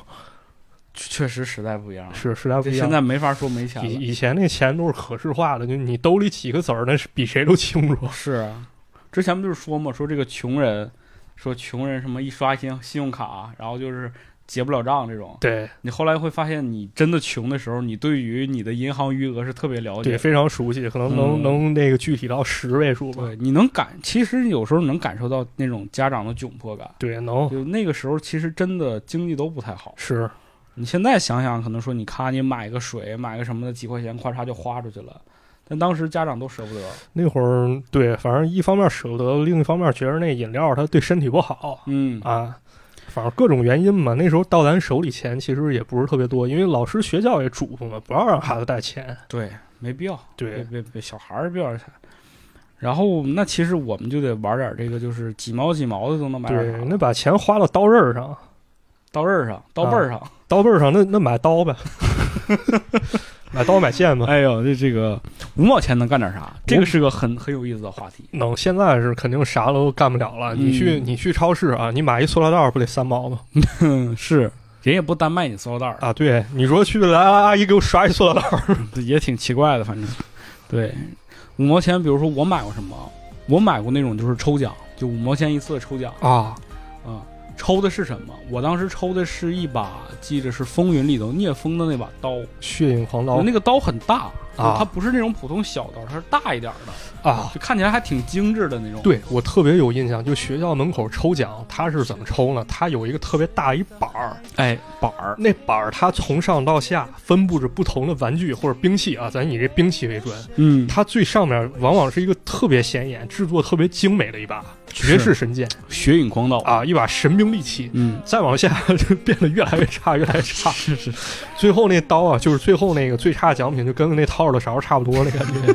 A: 确实时代不一样了，
C: 是，实在不
A: 这
C: 一
A: 现
C: 样。
A: 在没法说没钱了。
C: 以以前那钱都是可视化的，就你兜里几个子儿，那是比谁都清楚。
A: 是啊，之前不就是说嘛，说这个穷人，说穷人什么一刷信信用卡，然后就是结不了账这种。
C: 对
A: 你后来会发现，你真的穷的时候，你对于你的银行余额是特别了解
C: 对，
A: 的。
C: 非常熟悉，可能能、
A: 嗯
C: 能那个具体到十位数吧。
A: 对，你能感，其实有时候能感受到那种家长的窘迫感。
C: 对，能
A: 就那个时候，其实真的经济都不太好。
C: 是
A: 你现在想想，可能说你咔，你买个水，买个什么的，几块钱，咔嚓就花出去了。但当时家长都舍不得。
C: 那会儿对，反正一方面舍不得，另一方面觉得那饮料它对身体不好
A: 嗯，
C: 啊，反正各种原因嘛。那时候到咱手里钱其实也不是特别多，因为老师学校也嘱咐嘛，不要让孩子带钱。
A: 对，没必要。别
C: 对，
A: 别别，小孩儿别玩儿钱。然后那其实我们就得玩点儿这个，就是几毛几毛的都能买点
C: 对
A: 儿啥，
C: 那把钱花到刀刃上，
A: 刀刃儿上、刀背儿上。
C: 刀背上那那买刀 呗，买刀买剑吧。
A: 哎呦，这这个五毛钱能干点啥？这个是个很很有意思的话题。
C: 能现在是肯定啥都干不了了。你去
A: 嗯
C: 你去超市啊，你买一塑料袋不得三毛吗？
A: 嗯，是，人也不单卖你塑料袋儿，
C: 啊，对，你说去来来阿姨给我刷一塑料袋，
A: 也挺奇怪的，反正。对，五毛钱，比如说我买过什么？我买过那种就是抽奖，就五毛钱一次的抽奖
C: 啊
A: 啊、抽的是什么？我当时抽的是一把，记着是《风云》里头聂风的那把刀，
C: 血影狂刀
A: 那个刀很大
C: 啊
A: 它不是那种普通小刀，它是大一点儿的，
C: 啊！
A: 就看起来还挺精致的那种。，
C: 对我特别有印象，就学校门口抽奖，他是怎么抽呢？他有一个特别大一板儿，
A: 哎，板儿，
C: 那板儿它从上到下分布着不同的玩具或者兵器啊，咱以这兵器为准。
A: 嗯，
C: 它最上面往往是一个特别显眼、制作特别精美的一把绝世神剑
A: 血影狂刀，
C: 啊，一把神兵利器。
A: 嗯，
C: 再往下 就变得越来越差，越来越差。
A: 是是，
C: 最后那刀啊，就是最后那个最差的奖品，就跟那掏耳朵勺差不多那感觉。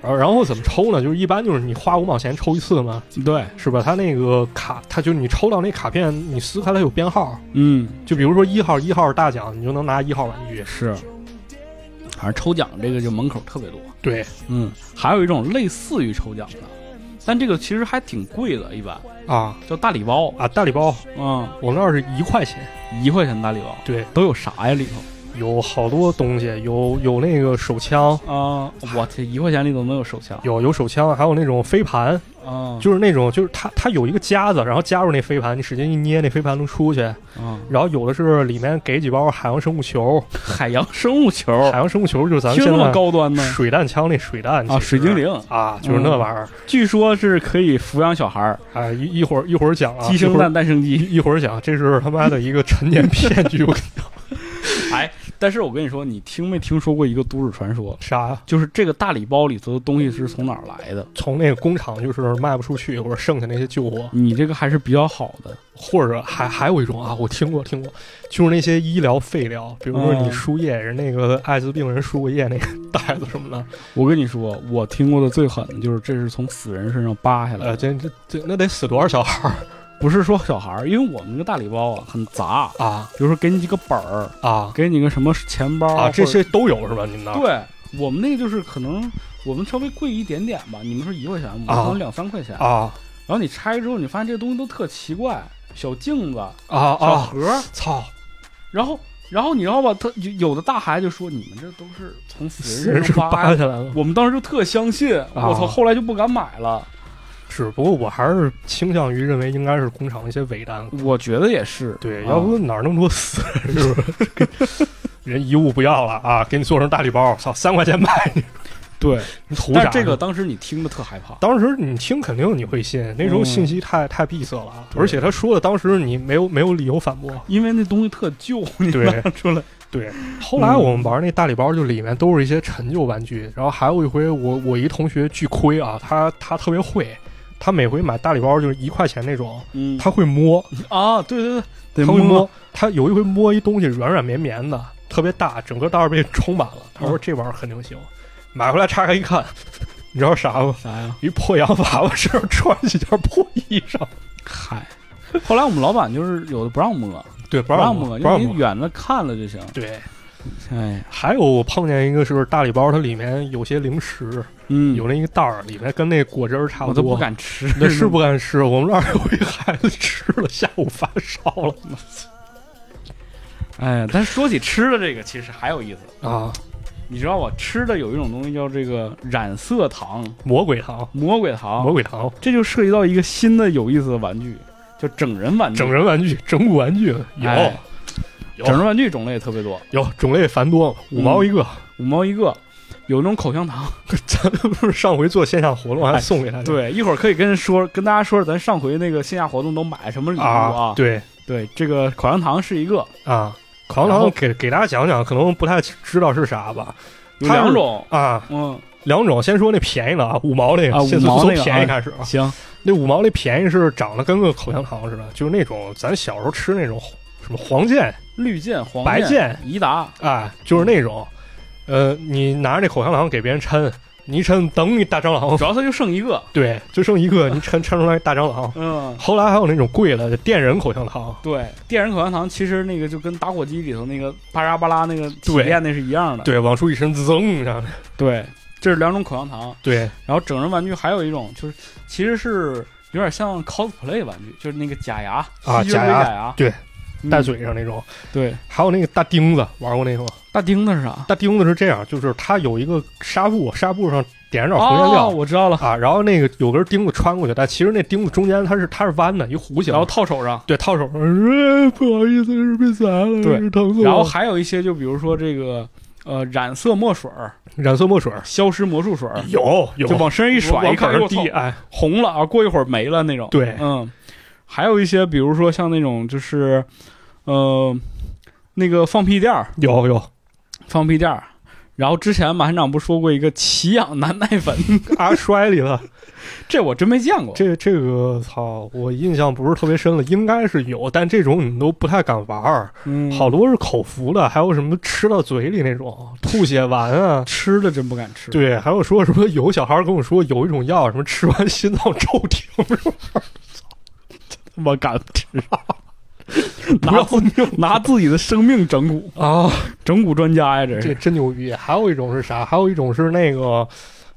C: 呃然后然后怎么抽呢？就是一般就是你花五毛钱抽一次嘛，
A: 对，
C: 是吧？它那个卡，它就是你抽到那卡片，你撕开它有编号，
A: 嗯，
C: 就比如说一号一号大奖，你就能拿一号玩具。
A: 是，反正抽奖这个就门口特别多。
C: 对
A: 嗯，还有一种类似于抽奖的，但这个其实还挺贵的，一般
C: 啊
A: 叫大礼包，
C: 啊，大礼包，
A: 嗯，
C: 我们那儿是一块钱。
A: 一块钱大礼包
C: 对，
A: 都有啥呀里头？
C: 有好多东西，有有那个手枪，
A: 啊！我这一块钱里怎么能有手枪？
C: 有有手枪，还有那种飞盘，
A: 啊，
C: 就是那种就是它它有一个夹子，然后夹入那飞盘，你使劲一捏，那飞盘能出去。
A: 啊，
C: 然后有的是里面给几包海洋生物球，
A: 海洋生物球，
C: 海洋生物球就是咱们
A: 哦听
C: 现
A: 这么
C: 在
A: 高端呢？
C: 水弹枪那水弹
A: 啊，
C: 其
A: 水
C: 实
A: 精灵，
C: 啊，就是那玩意儿。
A: 据说是可以抚养小孩儿，
C: 哎，一一会儿一会儿讲啊，
A: 鸡
C: 一
A: 生
C: 会儿
A: 蛋，蛋生鸡。
C: 一一会儿讲，这是他妈的一个陈年 骗局。我跟你
A: 哎，但是我跟你说，你听没听说过一个都市传说？
C: 啥呀？
A: 就是这个大礼包里头的东西是从哪儿来的？
C: 啊从那个工厂就是卖不出去，或者剩下那些旧货，
A: 你这个还是比较好的，
C: 或者还还有一种啊，我听过听过，就是那些医疗废料，比如说
A: 嗯
C: 你输液，人那个艾滋病人输过液那个袋子什么的，
A: 我跟你说，我听过的最狠的就是这是从死人身上扒下来的，
C: 呃，这这这那得死多少小孩
A: 不是说小孩儿，因为我们那个大礼包啊很杂，
C: 儿啊
A: 比如说给你几个本儿，
C: 啊
A: 给你个什么钱包
C: 啊！这
A: 或者
C: 些都有是吧？你们那儿
A: 哦对我们那个就是可能我们稍微贵一点点吧，你们说一块钱，我
C: 啊
A: 可能两三块钱，
C: 啊
A: 然后你拆之后你发现这东西都特奇怪，小镜子、
C: 啊
A: 小
C: 啊！
A: 盒儿，
C: 操，
A: 然后然后你知道吧，他有有的大孩子就说你们这都是从死
C: 死
A: 人身
C: 人是
A: 上扒下
C: 扒
A: 来的。
C: 下来了。
A: 我们当时就特相信，
C: 啊
A: 我操！后来就不敢买了。
C: 只不过我还是倾向于认为应该是工厂一些伪单。
A: 我觉得也是，
C: 对，
A: 啊
C: 要不哪儿那么多死人是不是？ 人遗物不要了啊，给你做成大礼包，操，三块钱买，
A: 对，
C: 你图
A: 但
C: 啥
A: 是这
C: 呢？
A: 个当时你听着特害怕，
C: 当时你听肯定你会信，那时候信息太、太闭塞了
A: 嗯
C: 啊，而且他说的当时你没有没有理由反 驳。
A: 因为那东西特旧，你
C: 对
A: 拿出来，
C: 对，后来
A: 嗯
C: 我们玩那大礼包，就里面都是一些陈旧玩具，然后还有一回我我一同学巨亏啊，他他特别会，他每回买大礼包就是一块钱那种，
A: 嗯
C: 他会摸，
A: 啊，对对对，得
C: 他会摸，他有一回摸一东西软软绵绵的，特别大，整个袋儿被充满了，他说
A: 嗯
C: 这玩意儿肯定行，买回来拆开一看，你知道啥吗？
A: 啥哎呀？
C: 一破洋娃娃身上穿几件破衣裳。
A: 嗨，后来我们老板就是有的不让摸，
C: 对，不
A: 不让
C: 让
A: 摸，
C: 不让
A: 你
C: 摸。
A: 远的看了就行。
C: 对，
A: 哎呀，
C: 还有我碰见一个是大礼包，它里面有些零食，
A: 嗯，
C: 有那一个袋儿，里面跟那果汁儿差
A: 我
C: 不
A: 都
C: 多。
A: 不敢嗯吃，
C: 那是不敢吃。我们那儿有一孩子吃了，下午发烧了
A: 哎呀，但是说起吃的这个，其实还有意思。
C: 啊！
A: 你知道我吃的有一种东西叫这个染色糖、
C: 魔鬼糖，
A: 魔鬼糖，
C: 魔鬼糖，
A: 这就涉及到一个新的有意思的玩具，叫整人玩具。
C: 整人玩具、整蛊玩具有、
A: 嗯哎
C: 有
A: 整人嗯玩具种类也特别多，
C: 有，种类繁多，五毛一个。
A: 五毛一个。有那种口香糖，
C: 咱不是上回做线下活动还送给他、
A: 哎 对，一会儿可以跟人说，跟大家说说咱上回那个线下活动都买什么礼物
C: 啊，对
A: 对，这个口香糖是一个，
C: 啊，口香
A: 然后
C: 糖给给大家讲讲，可能不太知道是啥吧
A: 有
C: 它是
A: 两种，
C: 啊。
A: 嗯，
C: 两种，先说那便宜的啊，五毛那个，
A: 啊
C: 先
A: 五
C: 从
A: 毛那
C: 从
A: 个
C: 便宜开始啊。
A: 行，
C: 那五毛那便宜是长得跟个口香糖似的，就是那种咱小时候吃那种什么黄健
A: 绿箭、黄
C: 白
A: 箭
C: 箭、
A: 益达，
C: 啊，就是那种，呃，你拿着这口香糖给别人抻，你一抻，等你大蟑螂
A: 主，要它就剩一个。
C: 对，就剩一个，你抻抻出来大蟑螂。
A: 嗯，
C: 后来还有那种贵的电人口香糖，
A: 对，电人口香糖其实那个就跟打火机里头那个巴拉巴拉那个体
C: 对
A: 验那是一样的。
C: 对，往出一伸，滋嗯噌，上
A: 对，这是两种口香糖。
C: 对
A: 然后整人玩具还有一种就是其实是有点像 cosplay 玩具，就是那个假牙
C: 啊
A: 吸血鬼
C: 假
A: 牙
C: 牙对
A: 嗯
C: 戴嘴上那种，
A: 对，啊
C: 还有那个大钉子，玩过那个吗？
A: 大钉子是啥？
C: 大钉子是这样，就是它有一个纱布，纱布上点上点红颜
A: 哦，，
C: 料
A: 我知道了。
C: 啊，然后那个有根钉子穿过去，但其实那钉子中间它是它是弯的，一弧形。
A: 然后套手上，
C: 对套手上，哎，不好意思，是被砸了，
A: 对
C: 是疼死我。
A: 然后还有一些就比如说这个呃染色墨水儿、
C: 染色墨水儿
A: 消失魔术水儿，
C: 有有
A: 就往身上一甩，一
C: 往
A: 看
C: 口上
A: 我操
C: 滴，哎，
A: 红了啊，过一会儿没了那种。
C: 对
A: 嗯，还有一些，比如说像那种就是，呃，那个放屁垫儿，
C: 有有
A: 放屁垫儿。然后之前马团长不说过一个奇痒难耐粉，
C: 啊摔里了。
A: 这我真没见过。
C: 这这个操，我印象不是特别深了，应该是有，但这种你都不太敢玩儿，
A: 嗯
C: 好多是口服的，还有什么吃到嘴里那种吐血丸啊。
A: 吃的真不敢吃。，
C: 对，还有说什么有小孩儿跟我说有一种药，什么吃完心脏骤停，
A: 我敢 吃。 拿自拿自己的生命整蛊，
C: 啊，
A: 整蛊专家呀，这
C: 这
A: 是。
C: 真牛逼！还有一种是啥？还有一种是那个，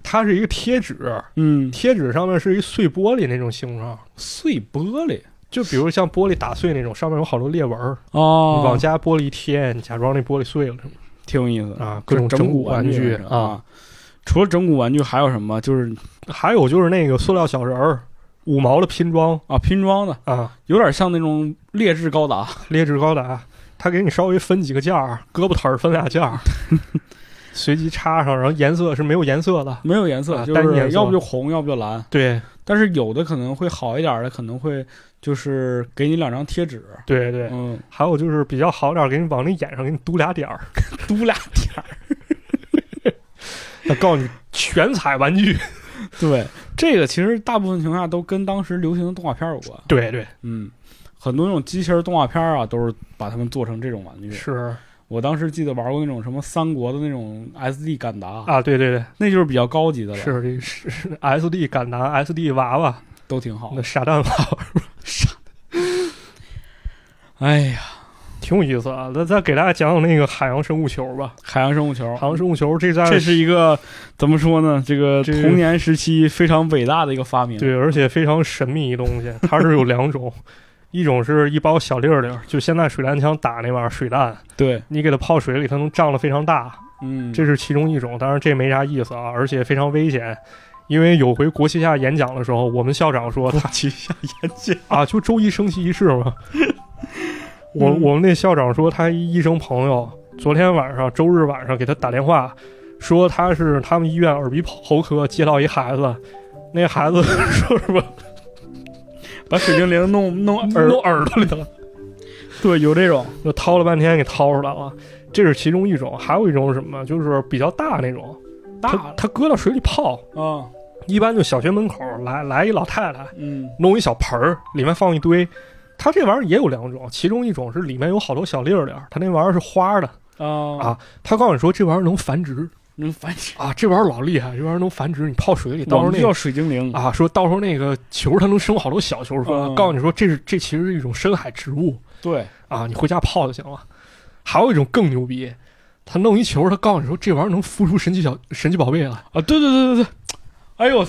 C: 它是一个贴纸，
A: 嗯，
C: 贴纸上面是一碎玻璃那种形状，
A: 碎玻璃
C: 就比如像玻璃打碎那种，上面有好多裂纹儿，
A: 哦
C: 你往家玻璃一贴，你假装那玻璃碎了什么的。
A: 挺有意思
C: 啊各种
A: 整
C: 整
A: 蛊
C: 蛊玩具
A: 是吧啊。除了整蛊玩具，还有什么？就是
C: 还有就是那个塑料小人儿，五毛的拼装
A: 啊，拼装的，
C: 啊，
A: 有点像那种劣质高达，
C: 劣质高达，他给你稍微分几个件儿，胳膊腿儿分俩件 儿，随机插上，然后颜色是没有颜色的。
A: 没有颜色，
C: 啊
A: 就
C: 单
A: 是
C: 颜色
A: 要不就红，要不就蓝。
C: 对
A: 但是有的可能会好一点的，可能会就是给你两张贴纸，
C: 对对，
A: 嗯，
C: 还有就是比较好点儿，给你往那眼上给你嘟俩点儿，
A: 嘟 俩贴。
C: 他告诉你全彩玩具。
A: 对，这个其实大部分情况下都跟当时流行的动画片有关。
C: 对对
A: 嗯，很多那种机器人动画片啊，都是把它们做成这种玩具。
C: 是
A: 我当时记得玩过那种什么三国的那种 SD 干达，
C: 啊，对对对，
A: 那就是比较高级的了，
C: 是这个是是 S D 敢拿 S D 娃娃，
A: 都挺好
C: 那。傻蛋娃娃
A: 哎呀，
C: 挺有意思啊。那再给大家讲讲那个海洋生物球吧，
A: 海洋生物球，
C: 海洋生物球这在
A: 这是一个怎么说呢？这个
C: 这个
A: 童年时期非常伟大的一个发明。，
C: 对，而且非常神秘一东西，它是有两种， 一种是一包小粒儿粒儿，就现在水弹枪打那玩意儿水弹，
A: 对，
C: 你给它泡水里，它能胀得非常大，
A: 嗯，
C: 这是其中一种，当然这没啥意思啊，而且非常危险。因为有回国旗下演讲的时候，我们校长说他
A: 旗下演讲，
C: 啊，就周一升旗仪式嘛。我我们那校长说，他一医生朋友昨天晚上周日晚上给他打电话，说他是他们医院耳鼻喉科接到一孩子，那孩子 说什么
A: 把水精灵弄弄耳
C: 弄，耳朵里了，
A: 对，有这种，
C: 就掏了半天给掏出来了。这是其中一种，还有一种是什么？就是比较大那种，
A: 大
C: 他他搁到水里泡，
A: 啊，
C: 一般就小学门口来来一老太太，
A: 嗯，
C: 弄一小盆儿，里面放一堆。它这玩意儿也有两种，其中一种是里面有好多小粒儿粒儿，它那玩意儿是花的。
A: 啊
C: 啊他告诉你说这玩意儿能繁殖
A: 能繁殖，
C: 啊，这玩意儿老厉害，这玩意儿能繁殖，你泡水里，到
A: 我
C: 时候
A: 们
C: 那
A: 叫
C: 个
A: 水精灵，
C: 啊，说到时候那个球它能生好多小球出来。
A: 嗯
C: 告诉你说这是这其实是一种深海植物
A: 对，
C: 啊，你回家泡就行了。还有一种更牛逼，他弄一球，他告诉你说这玩意儿能孵出神奇小神奇宝贝来。
A: 啊，对对对对对，哎呦，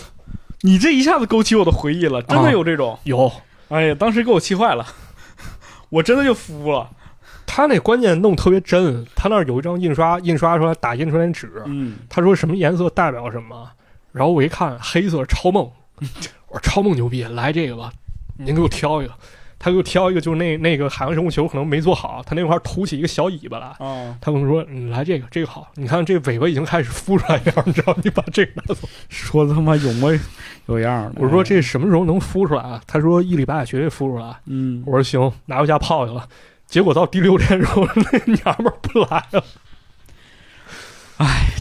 A: 你这一下子勾起我的回忆了，真的
C: 啊
A: 有这种，
C: 有，
A: 哎呀，当时给我气坏了， 我真的就服了，
C: 他那关键弄特别真，他那儿有一张印刷印刷出来打印出来的纸，
A: 嗯，
C: 他说什么颜色代表什么，然后我一看黑色超梦，我说超梦牛逼，来这个吧，您给我挑一个。他给我挑一个，就是那那个海洋生物球可能没做好，他那块儿凸起一个小尾巴来。
A: 啊，
C: 他跟我说：“你来这个，这个好，你看这尾巴已经开始孵出来样儿，你知道？你把这个拿走。
A: 说的他妈有模有样 儿”的，
C: 我说：“这什么时候能孵出来啊？”他说：“一礼拜绝对孵出来。”
A: 嗯
C: 我说：“行，拿回家泡去了。”结果到第六天的时候， 那娘们儿不来了。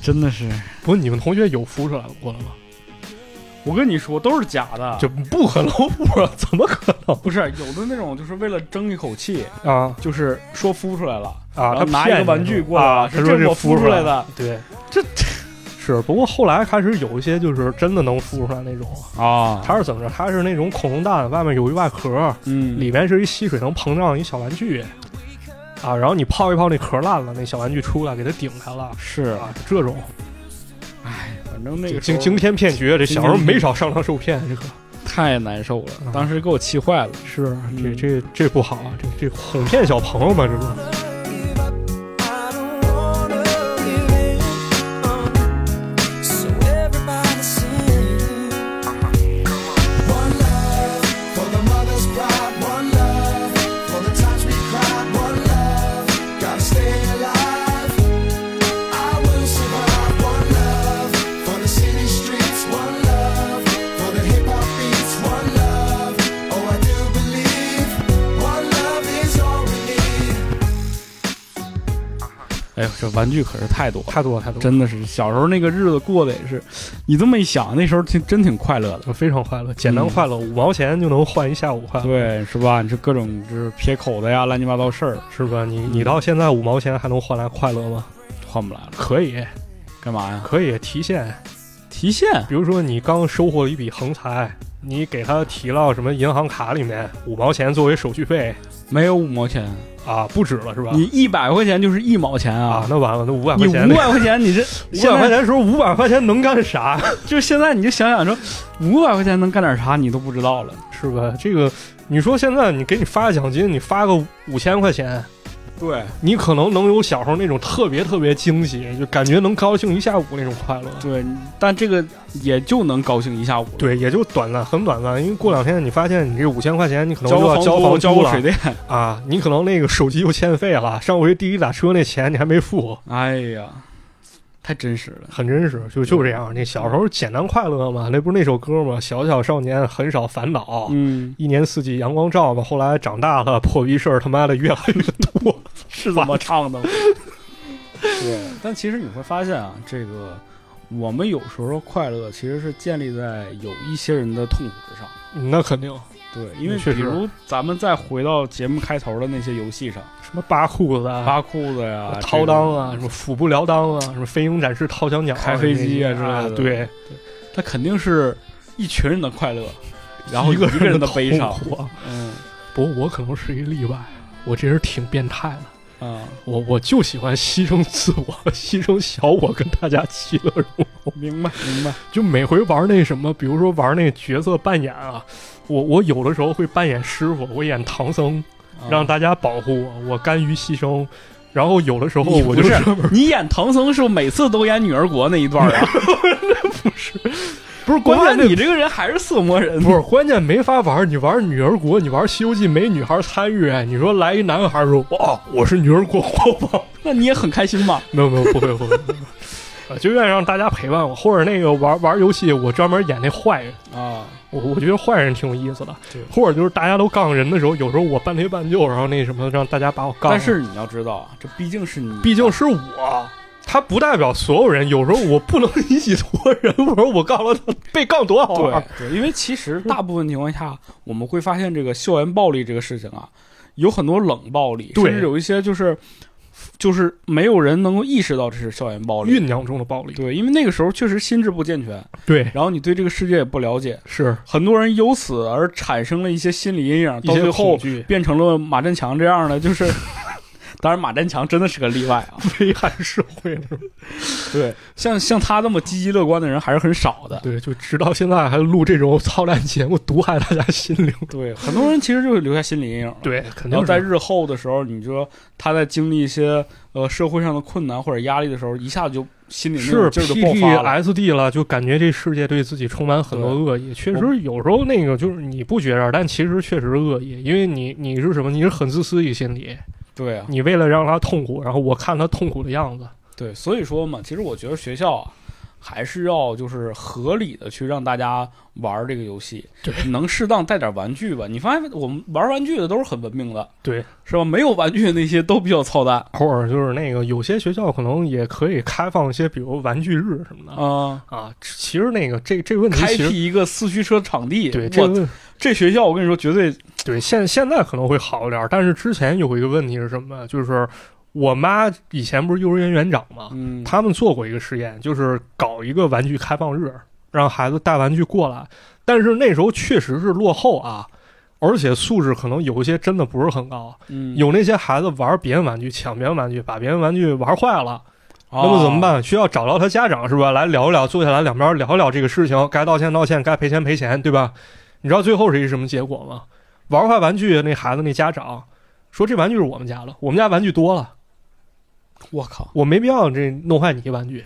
A: 真的是，
C: 不是你们同学有孵出来过了吗？
A: 我跟你说都是假的，
C: 就不可能孵啊，怎么可
A: 不是有的那种就是为了争一口气，
C: 能啊？
A: 就是说孵出来了。
C: 啊，
A: 然
C: 他
A: 后拿一个
C: 骗你
A: 玩具
C: 是吧
A: 过来
C: 啊，他
A: 是
C: 说
A: 这
C: 这
A: 我孵
C: 出
A: 出来，的
C: 对，这这是。不过后来开始有一些就是真的能孵出来那种，
A: 啊
C: 它是怎么着？它是那种恐龙蛋，外面有一外壳，
A: 嗯
C: 里面是一吸水能膨胀的一小玩具，啊，然后你泡一泡那壳烂了，那小玩具出来给它顶开了。
A: 是，
C: 啊，这种
A: 反正那
C: 这
A: 个
C: 惊
A: 时候嗯
C: 惊天骗局，这小时候没少上当受骗，这个
A: 太难受
C: 啊
A: 了，当时给我气坏了。
C: 是这
A: 嗯
C: 这这不好，这这哄骗小朋友嘛，这不是。
B: give up. I don't wanna give in. Uh, so everybody sing. One love for the mother's pride. One love for the times we cried. One love, gotta stay alive. I will survive. One love for the city streets. One love for the hip hop beats. One love, oh I do believe. One love is all we need.
A: 哎呦，这玩具可是太多了，
C: 太多了太多了，
A: 真的是小时候那个日子过得也是，你这么一想，那时候挺真挺快乐的，
C: 我非常快乐，简
A: 嗯
C: 单快乐，五毛钱就能换一下午快乐。
A: 对，是吧？你这各种就是撇口子呀，乱七八糟事儿
C: 是吧？你你到现在五毛钱还能换来快乐吗？
A: 换不来了，
C: 可以，
A: 干嘛呀？
C: 可以提现。
A: 提现
C: 比如说你刚收获了一笔横财，你给他提到什么银行卡里面，五毛钱作为手续费，
A: 没有五毛钱，
C: 啊，不止了是吧？
A: 你一百块钱就是一毛钱
C: 啊
A: 啊，！
C: 那完了，那五百
A: 你
C: 块钱，
A: 五百块钱，你 这
C: 五百
A: 现在
C: 块钱的时候，五百块钱能干啥？
A: 就是现在你就想想说，五百块钱能干点啥，你都不知道了。
C: 是吧？这个，你说现在你给你发奖金，你发个五千块钱，
A: 对，
C: 你可能能有小时候那种特别特别惊喜，就感觉能高兴一下午那种快乐。
A: 对，但这个也就能高兴一下午。，
C: 对，也就短暂，很短暂，因为过两天你发现你这五千块钱，你可能
A: 交
C: 就要
A: 个
C: 交
A: 房租，
C: 房
A: 交
C: 租
A: 个
C: 了
A: 水电。
C: 啊，你可能那个手机又欠费了，上回滴滴打车那钱你还没付，
A: 哎呀，太真实了。
C: 很真实，就就这样。那小时候简单快乐嘛，那不是那首歌吗？小小少年很少烦恼，
A: 嗯，
C: 一年四季阳光照嘛。后来长大了，破逼事儿他妈的越来越多，
A: 是怎么唱的吗？ 对，但其实你会发现啊，这个我们有时候快乐其实是建立在有一些人的痛苦之上。
C: 那肯定
A: 对，因为
C: 嗯确
A: 比
C: 实
A: 如咱们再回到节目开头的那些游戏上，
C: 什么扒裤子啊。
A: 扒裤子呀、
C: 掏裆
A: 这
C: 啊，什
A: 种
C: 么虎不撩裆啊，什么飞鹰展翅掏小鸟啊，
A: 开飞机啊
C: 啊
A: 之类的
C: 对，
A: 它肯定是一群人的快乐，然后
C: 一
A: 个
C: 人
A: 人的悲伤。
C: 痛苦啊
A: 嗯
C: 不过我可能是一例外，我这人挺变态的，
A: 啊，
C: 我我就喜欢牺牲自我， 牺牲小我跟大家其乐融融。
A: 明白明白。
C: 就每回玩那什么，比如说玩那角色扮演啊，我我有的时候会扮演师傅，我演唐僧，让
A: 他
C: 大家保护我，我甘于牺牲。然后有的时候
A: 你
C: 哦我
A: 不
C: 就是专门
A: 你演唐僧是不是每次都演女儿国那一段啊？
C: 不是关
A: 关
C: 键
A: 键
C: 那
A: 你这个人还是色魔人。
C: 不是关键没法玩，你玩女儿国，你玩西游记没女孩参与，你说来一男孩说哇我是女儿国国王，
A: 那你也很开心吧？
C: 没有没有，不会不会。不 会啊，就愿意让大家陪伴我，或者那个玩玩游戏，我专门演那坏人，
A: 啊，
C: 我我觉得坏人挺有意思的
A: 对。
C: 或者就是大家都杠人的时候，有时候我半推半就，然后那什么让大家把我杠了。
A: 但是你要知道啊，这毕竟是你，
C: 毕竟是我，他不代表所有人。有时候我不能一起拖人，我说我杠了他，被杠多好啊玩
A: 对。对，因为其实大部分情况下，我们会发现这个校园暴力这个事情啊，有很多冷暴力，
C: 对
A: 甚至有一些就是就是没有人能够意识到这是校园暴力
C: 酝。酿中的暴力，
A: 对，因为那个时候确实心智不健全，
C: 对，
A: 然后你对这个世界也不了解，
C: 是
A: 很多人由此而产生了一些心理阴影，
C: 一
A: 到
C: 些
A: 最
C: 恐
A: 后
C: 惧、
A: 变成了马振强这样的，就是。 当然，马振强真的是个例外啊。
C: 危害社会了。
A: 对，像像他这么积极乐观的人还是很少的。
C: 对，就直到现在还录这种操蛋节目，毒害大家心灵。
A: 对，很多人其实就是留下心理阴影了。
C: 对，肯
A: 然
C: 定
A: 后在
C: 是
A: 日后的时候，你说他在经历一些呃社会上的困难或者压力的时候，一下子就心里那
C: 是
A: 种劲儿就爆发了。
C: PTSD 了，就感觉这世界对自己充满很多恶意。确实，有时候那个就是你不觉着，但其实确实恶意，因为你你是什么？你是很自私一心理，
A: 对啊，
C: 你为了让他痛苦，然后我看他痛苦的样子，
A: 对，所以说嘛，其实我觉得学校啊，还是要就是合理的去让大家玩儿这个游戏，
C: 对
A: 能适当带点玩具吧。你发现我们玩玩具的都是很文明的，
C: 对，
A: 是吧？没有玩具的那些都比较操蛋
C: 或者就是那个有些学校可能也可以开放一些，比如玩具日什么
A: 啊、
C: 的啊。其实那个这这个问题
A: 开
C: 其实
A: 辟一个四驱车场地，
C: 对这个
A: 我
C: 问
A: 这学校我跟你说绝对
C: 对现现在可能会好一点，但是之前有一个问题是什么？就是我妈以前不是幼儿园园长嘛，
A: 嗯，
C: 他们做过一个实验，就是搞一个玩具开放日，让孩子带玩具过来。但是那时候确实是落后啊，而且素质可能有一些真的不是很高。
A: 嗯
C: 有那些孩子玩别人玩具，抢别人玩具，把别人玩具玩坏了，
A: 啊
C: 那么怎么办？需要找到他家长是吧？来聊一聊，坐下来两边聊一聊这个事情，该道歉道歉，该赔钱赔钱，对吧？你知道最后是一什么结果吗？玩坏玩具的那孩子那家长说：“这玩具是我们家的，我们家玩具多了。”
A: 我靠，
C: 我没必要这弄坏你一玩具，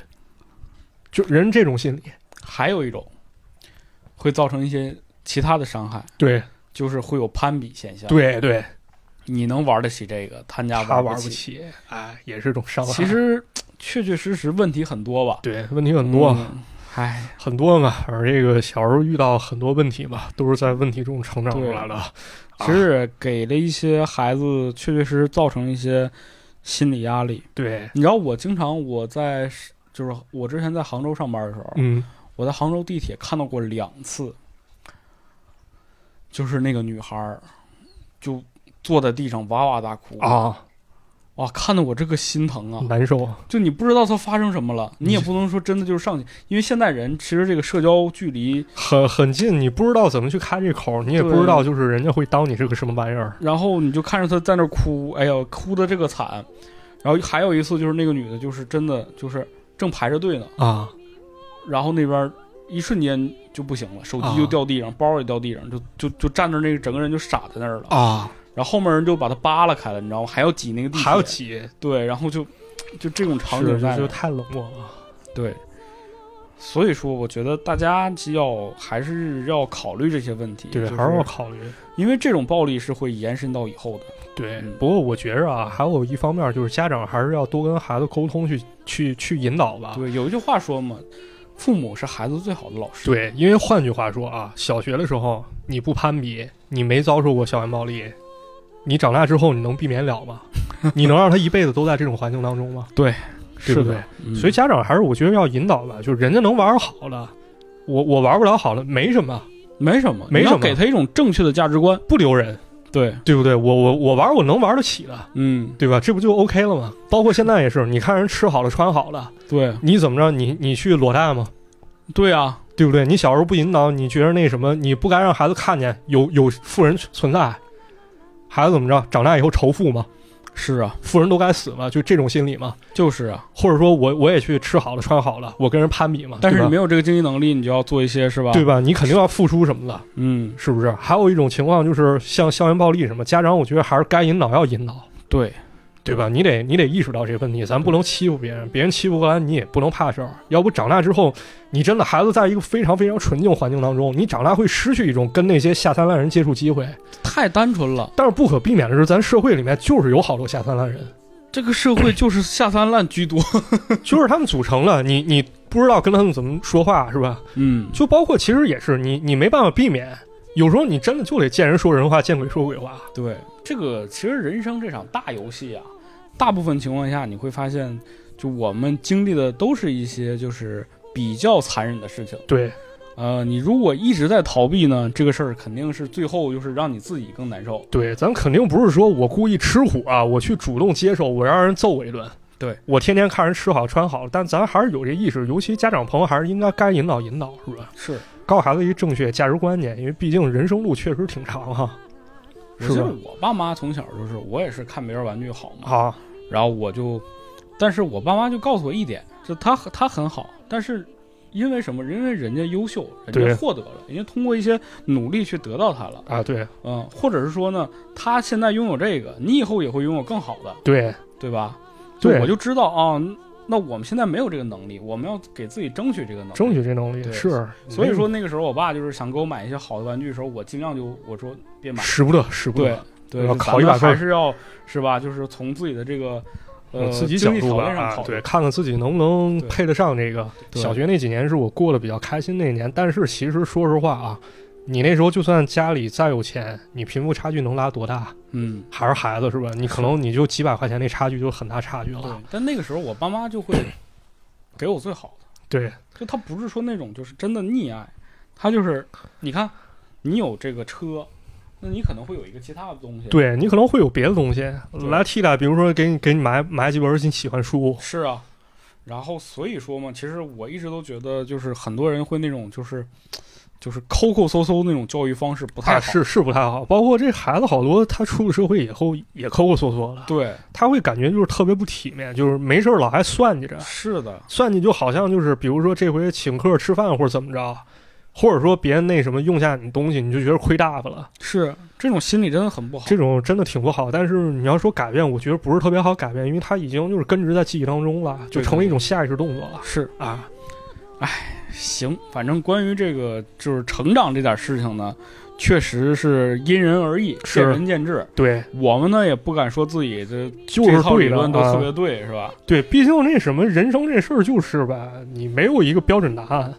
C: 就人这种心理。
A: 还有一种会造成一些其他的伤害，
C: 对
A: 就是会有攀比现象。，
C: 对对，
A: 你能玩得起这个，他家
C: 他
A: 玩
C: 玩不
A: 起。
C: 起，哎，也是种伤害。
A: 其实确确实实问题很多吧，
C: 对问题很多、
A: 嗯唉，
C: 很多嘛，而这个小时候遇到很多问题嘛，都是在问题中成长出来的。
A: 其实给了一些孩子确确实实造成一些心理压力。
C: 对，
A: 你知道，我经常我在是就是我之前在杭州上班的时候，
C: 嗯，
A: 我在杭州地铁看到过两次，就是那个女孩儿就坐在地上哇哇大哭，
C: 啊，
A: 哇，看得我这个心疼啊！
C: 难受。
A: 就你不知道它发生什么了，你也不能说真的就是上去，因为现代人其实这个社交距离，
C: 很很近，你不知道怎么去开这口，你也
A: 对
C: 不知道就是人家会当你是个什么玩意儿。
A: 然后你就看着他在那儿哭，哎呀，哭的这个惨。然后还有一次就是那个女的，就是真的就是正排着队呢，
C: 啊，
A: 然后那边一瞬间就不行了，手机
C: 啊
A: 就掉地上，包也掉地上，就就就站那那个整个人就傻在那儿了。
C: 啊，
A: 然后后面人就把他扒拉开了，你知道吗？还要挤那个地铁，
C: 还有挤，
A: 对，然后就就这种场
C: 是
A: 景在
C: 就
A: 那
C: 就
A: 儿
C: 太冷漠了。
A: 对，所以说我觉得大家是要还是要考虑这些问题，
C: 对，
A: 就
C: 还是
A: 是
C: 要考虑。
A: 因为这种暴力是会延伸到以后的。
C: 对
A: 嗯，
C: 不过我觉着啊，还有一方面就是家长还是要多跟孩子沟通去，去去引导吧。
A: 对，有一句话说嘛，父母是孩子最好的老师。，
C: 对，因为换句话说啊，小学的时候你不攀比，你没遭受过校园暴力，你长大之后你能避免 了吗？你能让他一辈子都在这种环境当中吗？对
A: 是
C: 不
A: 的嗯
C: 对。所以家长还是我觉得要引导吧，就是人家能玩好了，我我玩不了好了，没什么，
A: 没什么，
C: 没
A: 你
C: 什
A: 要
C: 么
A: 给他一种正确的价值观。
C: 不留人，
A: 对，
C: 对不对？我我我玩我能玩得起的，
A: 嗯，
C: 对吧？这不就 OK 了吗？包括现在也是，你看人吃好了穿好了，
A: 对，
C: 你怎么着？你你去裸贷吗？
A: 对啊，
C: 对不对？你小时候不引导，你觉得那什么，你不该让孩子看见有有富人存在，孩子怎么着？长大以后仇富吗？
A: 是啊，
C: 富人都该死吗？就这种心理吗？
A: 就是啊。
C: 或者说我我也去吃好了穿好了，我跟人攀比吗？
A: 但是
C: 对
A: 你
C: 吧
A: 没有这啊个经济能力，你就要做一些是吧？
C: 对，吧？你肯定要付出什么的，
A: 嗯，
C: 是不是？还有一种情况就是像校园暴力什么，家长我觉得还是该引导要引导，
A: 对，
C: 对吧？你得你得意识到这个问题，咱不能欺负别人，别人欺负过来你也不能怕事儿，要不长大之后，你真的孩子在一个非常非常纯净环境当中，你长大会失去一种跟那些下三滥人接触机会。
A: 太单纯了。
C: 但是不可避免的是，咱社会里面就是有好多下三滥人，
A: 这个社会就是下三滥居多。
C: 就是他们组成了，你你不知道跟他们怎么说话是吧？
A: 嗯，
C: 就包括其实也是你你没办法避免，有时候你真的就得见人说人话，见鬼说鬼话。
A: 对，这个其实人生这场大游戏啊，大部分情况下你会发现，就我们经历的都是一些就是比较残忍的事情。
C: 对
A: 呃，你如果一直在逃避呢，这个事儿肯定是最后就是让你自己更难受。
C: 对，咱肯定不是说我故意吃虎啊，我去主动接受，我让人揍我一顿。
A: 对
C: 我天天看人吃好穿好，但咱还是有这意识，尤其家长朋友还是应该该引导引导，是吧？
A: 是，
C: 告诉孩子一个正确价值观念，因为毕竟人生路确实挺长哈、
A: 我
C: 是
A: 记得
C: 吧
A: 我爸妈从小就是，我也是看别人玩具好嘛，
C: 啊，
A: 然后我就，但是我爸妈就告诉我一点，就他他很好，但是因为什么？因为人家优秀，人
C: 对
A: 家获得了，人家通过一些努力去得到他了。
C: 啊，对
A: 嗯，或者是说呢，他现在拥有这个，你以后也会拥有更好的，
C: 对
A: 对吧？
C: 对
A: 就我就知道啊、那我们现在没有这个能力，我们要给自己争取这个能力。
C: 争取这能力
A: 对
C: 是，
A: 所以说那个时候，我爸就是想给我买一些好的玩具的时候，我尽量就我说别买，
C: 使不得，使不
A: 对
C: 得，
A: 对，
C: 要
A: 就
C: 考
A: 咱
C: 一
A: 们
C: 百分
A: 还是要是吧？就是从自己的这个呃
C: 我自己角
A: 经济
C: 度
A: 条
C: 吧，
A: 件上
C: 啊
A: 考虑。
C: 对，看看自己能不能
A: 对
C: 配得上这个。
A: 对
C: 小学那几年是我过得比较开心那一年，但是其实说实话啊，你那时候就算家里再有钱，你贫富差距能拉多大？
A: 嗯，
C: 还是孩子是吧？你可能你就几百块钱那差距就很大差距
A: 对
C: 了。。
A: 但那个时候，我爸妈 就会给我最好的，
C: 对
A: 就他不是说那种就是真的溺爱，他就是你看，你有这个车，那你可能会有一个其他的东西。，
C: 对，你可能会有别的东西
A: 对
C: 来替代，比如说给你给你买买几本你喜欢书，
A: 是啊。然后所以说嘛，其实我一直都觉得，就是很多人会那种就是就是抠抠搜搜那种教育方式不太好。
C: 啊是是不太好。包括这孩子好多他出了社会以后也抠抠缩缩了，
A: 对，
C: 他会感觉就是特别不体面，就是没事儿老还算计着。
A: 是的，
C: 算计就好像就是，比如说这回请客吃饭或者怎么着，或者说别人那什么用下你东西，你就觉得亏大发了，
A: 是这种心理真的很不好。
C: 这种真的挺不好。但是你要说改变，我觉得不是特别好改变，因为它已经就是根植在记忆当中了，就
A: 对
C: 成为一种下意识动作了
A: 是
C: 啊。
A: 行，反正关于这个就是成长这点事情呢，确实是因人而异，
C: 是
A: 见仁见智。
C: 对，
A: 我们呢也不敢说自己这
C: 就是
A: 这套
C: 对
A: 理论
C: 的
A: 都特别
C: 啊。
A: 对，是吧？
C: 对，毕竟那什么人生这事儿就是吧，你没有一个标准答案，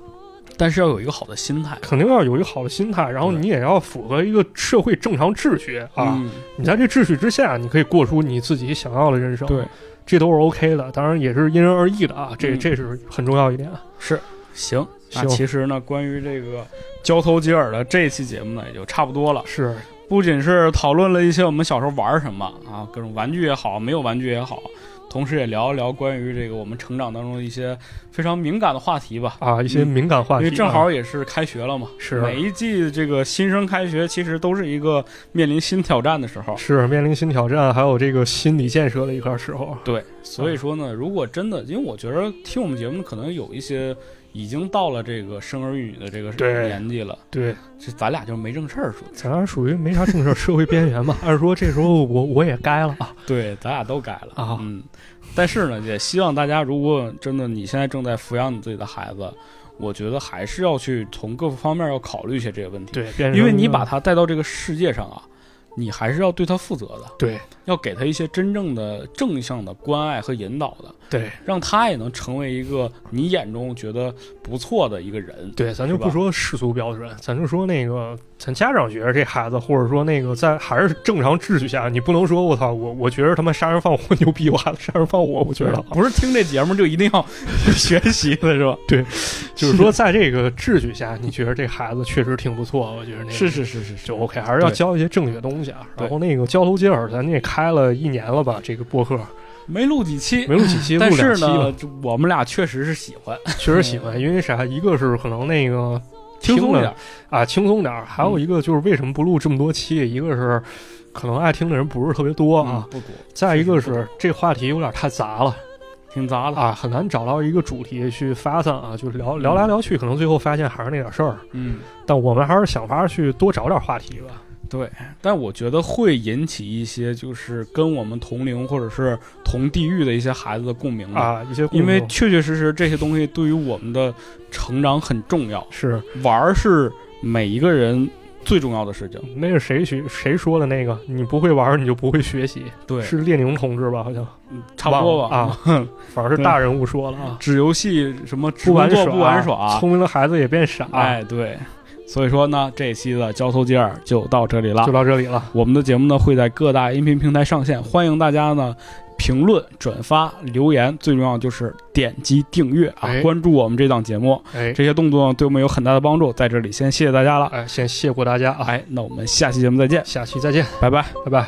A: 但是要有一个好的心态
C: 肯定要有一个好的心态，然后
A: 对
C: 你也要符合一个社会正常秩序啊。
A: 嗯
C: 你在这秩序之下，你可以过出你自己想要的人生。
A: 对，
C: 这都是 OK 的，当然也是因人而异的啊，这
A: 嗯
C: 这是很重要一点。啊
A: 是行。那
C: 行
A: 其实呢，关于这个交头接耳的这一期节目呢，也就差不多了。
C: 是，
A: 不仅是讨论了一些我们小时候玩什么啊，各种玩具也好，没有玩具也好，同时也聊一聊关于这个我们成长当中的一些非常敏感的话题吧。
C: 啊，一些敏感话
A: 因
C: 题，
A: 为正
C: 啊
A: 好也是开学了嘛，
C: 是
A: 每一季这个新生开学，其实都是一个面临新挑战的时候。
C: 是面临新挑战，还有这个心理建设的一块时候。啊
A: 对，所以说呢，如果真的，因为我觉得听我们节目的可能有一些已经到了这个生儿育女的这个
C: 对
A: 年纪了，
C: 对，
A: 这咱俩就没正事儿说。
C: 咱俩属于没啥正事儿，社会边缘吧。 按说这时候我我也该了啊。
A: 对，咱俩都改了
C: 啊
A: 嗯，但是呢，也希望大家，如果真的你现在正在抚养你自己的孩子，我觉得还是要去从各方面要考虑一些这个问题。
C: 对，变成
A: 因为你
C: 一个
A: 把他带到这个世界上啊，你还是要对他负责的，
C: 对
A: 要给他一些真正的正向的关爱和引导的，
C: 对
A: 让他也能成为一个你眼中觉得不错的一个人。
C: 对，咱就是
A: 吧
C: 不说世俗标准，咱就说那个咱家长觉得这孩子，或者说那个在还是正常秩序下，你不能说我操我我觉得他妈杀人放火牛逼，我孩子杀人放火，我觉得
A: 不是听这节目就一定要学习的 是吧？
C: 就是说在这个秩序下，你觉得这孩子确实挺不错，我觉得那个
A: 是是是
C: 就 OK，还是要
A: 对
C: 教一些正确的东西啊。
A: 对
C: 然后那个交头接耳，咱也开了一年了吧，这个播客
A: 没录几期，
C: 没录几期，录
A: 但
C: 两
A: 是
C: 期吧
A: 呢，，嗯就我们俩确实是喜 欢，
C: 确实喜欢，因为啥？一个是可能那个
A: 轻松一
C: 了
A: 点。嗯
C: 啊，轻松点儿；还有一个就是为什么不录这么多期？一个是可能爱听的人不是特别多啊，
A: 不多，
C: 再一
A: 嗯
C: 个
A: 确实
C: 是这话题有点太杂了
A: 挺杂的。
C: 啊，很难找到一个主题去发散啊，就是聊聊来聊去，可能最后发现还是那点事儿。
A: 嗯，
C: 但我们还是想法儿去多找点话题吧。
A: 但我觉得会引起一些就是跟我们同龄或者是同地域的一些孩子的共鸣吧。
C: 啊，一些
A: 因为
C: 共同
A: 确确实实这些东西对于我们的成长很重要，
C: 是
A: 玩儿是每一个人最重要的事情。
C: 那是谁学谁说的那个，你不会玩儿你就不会学习，
A: 对
C: 是列宁同志吧？好像
A: 嗯差不多吧。
C: 忘了啊， 反正是大人物说了啊，
A: 只游戏什么只
C: 不啊玩
A: 工作
C: 耍，
A: 不玩耍，
C: 聪明的孩子也变傻，
A: 哎，对。所以说呢，这一期的交头接耳就到这里了
C: 就。到这里了。
A: 我们的节目呢会在各大音频平台上线，欢迎大家呢评论、转发、留言，最重要就是点击订阅啊，
C: 哎
A: 关注我们这档节目，
C: 哎
A: 这些动作呢对我们有很大的帮助。在这里先谢谢大家了，
C: 哎，先谢过大家啊，
A: 哎，那我们下期节目再见，
C: 下期再见，
A: 拜拜。
C: 拜拜。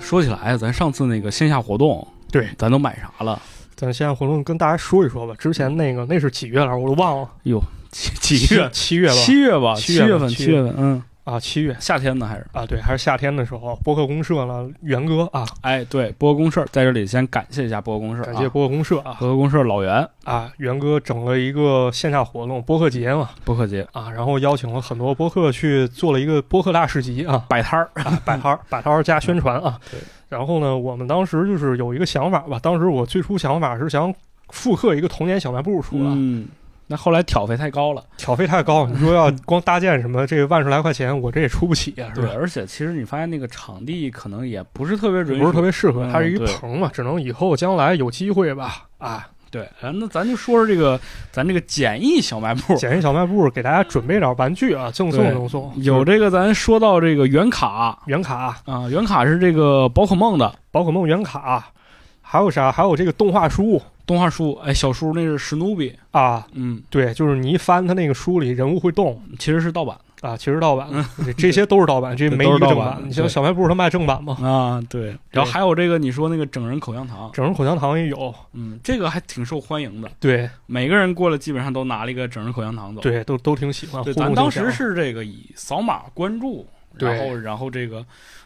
A: 说起来，咱上次那个线下活动，
C: 对，
A: 咱都买啥了？
C: 咱现在活动跟大家说一说吧，之前那个那是几月来着？我都忘了，
A: 哟，七七月
C: 七月吧？
A: 七月吧，
C: 七
A: 七
C: 月吧
A: 月份，
C: 七
A: 七
C: 月
A: 月份，嗯，
C: 啊，七月
A: 夏天呢还是？
C: 啊，对，还是夏天的时候，播客公社呢，元哥啊，
A: 哎，对，播客公社在这里先感谢一下播客公社、啊，
C: 感谢播客公社啊
A: 播客公社老袁
C: 啊，元哥整了一个线下活动，播客节嘛
A: 播客节
C: 啊，然后邀请了很多播客去做了一个播客大市集啊，
A: 摆 摊儿，
C: 摆摊儿、摆摊儿加宣传啊。
A: 对。
C: 然后呢，我们当时就是有一个想法吧，当时我最初想法是想复刻一个童年小卖部出来，
A: 嗯，那后来挑费太高了。
C: 挑费太高，你说
A: 嗯
C: 要光搭建什么，这个万十来块钱，我这也出不起啊，是
A: 对，
C: 吧？
A: 而且其实你发现那个场地可能也不是特别允许，
C: 不是特别适合，
A: 嗯
C: 它是一个
A: 对
C: 棚嘛，只能以后将来有机会吧，啊，
A: 对。然后那咱就说说这个咱这个简易小卖部，
C: 简易小卖部给大家准备点玩具啊，赠送
A: 对
C: 赠送，
A: 有
C: 这
A: 这个咱说到这个原卡啊、
C: 原卡、
A: 原卡是这个宝可梦的
C: 宝可梦原卡，还有啥？还有这个动画书
A: 动画书，哎，小书那是史努比，
C: 啊，
A: 嗯，
C: 对，就是你一翻它那个书里人物会动，
A: 其实是盗版
C: 啊，其实盗版，这这些都是盗版，这
A: 这
C: 没
A: 嗯都
C: 一
A: 是
C: 个
A: 盗
C: 正
A: 版
C: 版。
A: 的
C: 你像
A: 对
C: 小卖部，他卖正版嘛，
A: 啊，对。然后还有这个你说那个整人口香糖，
C: 整容口香糖也有。
A: 嗯，这个还挺受欢迎的，
C: 对
A: 每个人过来基本上都拿了一个整人口香糖走。
C: 对，都都挺喜欢。
A: 对，
C: 互
A: 咱
C: 动性
A: 当
C: 强
A: 时是这个以扫码关注，
C: 对
A: 然后然后这个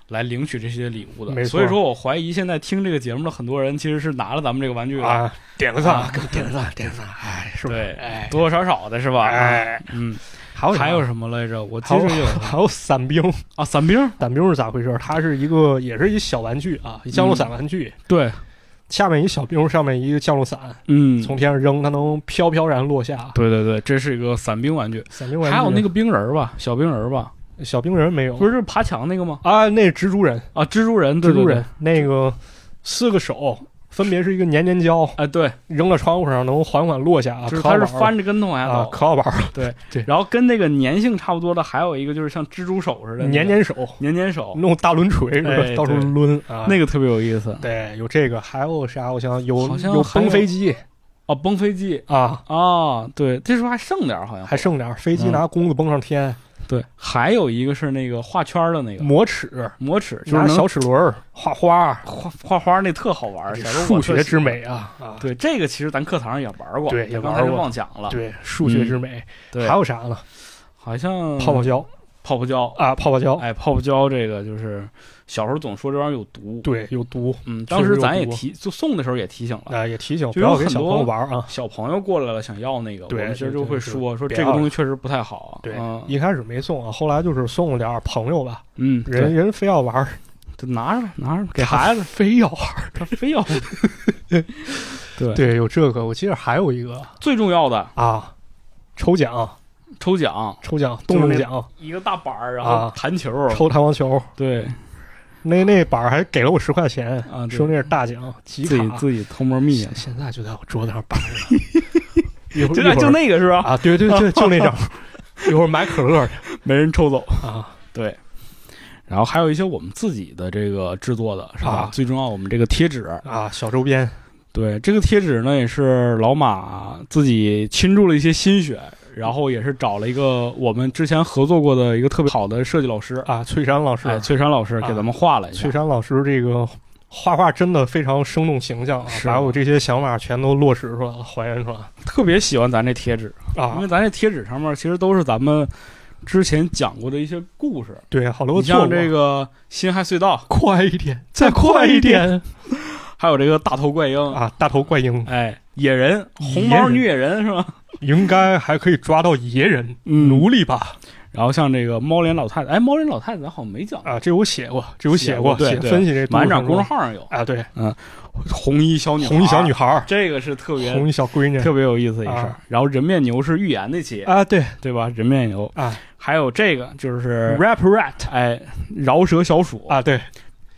A: 来领取这些礼物的。
C: 没错
A: 所以说我怀疑现在听这个节目的很多人其实是拿了咱们这个玩具的，
C: 啊，点个赞
A: 啊，
C: 给我点个赞，点个赞，哎，是吧？
A: 对
C: 哎，
A: 多多少少的是吧？
C: 哎，
A: 嗯，
C: 还有
A: 还有
C: 啥
A: 什么来着？我记
C: 还有
A: 得有
C: 还有伞兵，
A: 啊，伞兵，
C: 伞兵是咋回事？它是一个，也是一小玩具啊，一降落伞玩具，
A: 对，
C: 下面一小兵，上面一个降落伞，
A: 嗯，
C: 从天上扔，它能飘飘然落下。
A: 对对对，这是一个伞兵玩具，
C: 伞兵玩具
A: 还有那个冰人儿吧，小冰人儿吧，
C: 小冰人没有
A: 不是就是爬墙那个吗？
C: 啊？那是蜘蛛人，
A: 啊，蜘蛛人，对
C: 蜘
A: 对
C: 蛛
A: 对
C: 人那个四个手，分别是一个粘粘胶，
A: 哎，对，
C: 扔到窗户上能缓缓落下，
A: 就是
C: 可好
A: 它是
C: 玩啊儿
A: 翻着跟头往下
C: 啊，
A: 走，
C: 可好玩儿了，
A: 对
C: 对
A: 然后跟那个粘性差不多的，还有一个就是像蜘蛛手似的，
C: 粘
A: 粘
C: 粘手，
A: 粘粘手，
C: 弄大轮锤是
A: 哎
C: 吧？到处
A: 对
C: 抡啊，
A: 那个特别有意思。
C: 对，有这个，还有啥？我想想有
A: 好像
C: 有
A: 还
C: 崩
A: 有
C: 飞机
A: 哦，崩飞机
C: 啊，
A: 啊，对，这时候还剩点儿好像。
C: 还剩点儿飞机
A: 嗯
C: 拿弓子崩上天，
A: 对，还有一个是那个画圈儿的那个
C: 磨尺，
A: 磨尺，就是
C: 嗯拿
A: 能
C: 小齿轮儿画花儿，
A: 画画花那特好玩儿，小时候我
C: 数
A: 特
C: 学
A: 喜
C: 之
A: 欢。
C: 美啊啊！
A: 对，这个其实咱课堂上也玩过，
C: 对也
A: 刚
C: 玩
A: 才就
C: 过
A: 忘讲了。
C: 对，数学之美，
A: 啊嗯对，
C: 还有啥呢？
A: 好像
C: 泡泡胶
A: 泡泡胶，
C: 啊，泡泡胶，
A: 哎，泡泡胶这个就是小时候总说这玩意儿有毒，
C: 对，有毒
A: 嗯，
C: 确
A: 当
C: 实
A: 时
C: 有
A: 咱也
C: 毒啊
A: 提，就送的时候也提醒了，
C: 啊，也提醒
A: 就
C: 不
A: 有
C: 要给
A: 很
C: 小
A: 多
C: 朋友玩儿啊。
A: 小朋友过来了想要那个，我
C: 对
A: 们其实
C: 对
A: 就
C: 对
A: 会
C: 对
A: 说说
C: 别
A: 这个
C: 要
A: 东西
C: 了
A: 确实不太好，
C: 对
A: 嗯，
C: 一开始没送啊，后来就是送了点儿朋友吧，
A: 嗯，
C: 人
A: 对
C: 人非要玩儿，
A: 就拿着吧，拿着吧，给
C: 他
A: 孩子，
C: 非要玩儿。
A: 他非 要，对
C: 对，有这个，我记得还有一个
A: 最重要的
C: 啊，抽奖，
A: 抽奖，
C: 抽奖，
A: 就
C: 动
A: 是
C: 动
A: 那
C: 奖，
A: 一个大板儿，然后
C: 啊
A: 弹球，
C: 抽弹簧球，
A: 对
C: 那那板儿还给了我十块钱
A: 啊对
C: 说那是大奖，集
A: 自己
C: 卡。
A: 自己偷摸密啊
C: 现，现在就在我桌子上摆着呢， 一会儿
A: 就
C: 一会儿
A: 就那个是吧？
C: 啊，对对对，就那 张，一会儿买可乐去
A: 没人抽走，
C: 啊，
A: 对。然后还有一些我们自己的这个制作的，是吧？
C: 啊
A: 最重要，我们这个贴纸，
C: 啊，小周边
A: 对这个贴纸呢，也是老马自己倾注了一些心血，然后也是找了一个我们之前合作过的一个特别好的设计老师，
C: 啊，翠山老师，
A: 哎，翠山老师给
C: 啊
A: 咱们画了一下
C: 翠。山老师这个画画真的非常生动形象啊，
A: 是
C: 把我这些想法全都落实出来了，还原出来了
A: 特别喜欢咱这贴纸，因
C: 啊
A: 为。咱这贴纸上面其实都是咱们之前讲过的一些故事，
C: 对，好多
A: 你
C: 做
A: 像这个 辛亥隧道，
C: 快一点， 再快一点
A: 还有这个大头怪鹰，
C: 啊！大头怪鹰
A: 哎，野人、红毛女野人是吧？
C: 应该还可以抓到野人
A: 嗯
C: 奴隶吧？
A: 然后像这个猫脸老太太，哎，猫脸老太太咱好像没讲过，
C: 啊，这我写过，这我
A: 写
C: 写
A: 过
C: 过，
A: 对
C: 写
A: 对
C: 分析这
A: 马院长公众
C: 号
A: 号上有
C: 啊，对，
A: 红衣小女孩
C: 红衣小女，孩儿，
A: 这个是特别
C: 红衣小闺女
A: 特别有意思一事儿。
C: 啊
A: 然后人面牛是预言那期，
C: 啊，对
A: 对吧？人面牛，
C: 啊
A: 还有这个就是
C: ，rap rat
A: 哎饶舌小鼠，
C: 啊，对，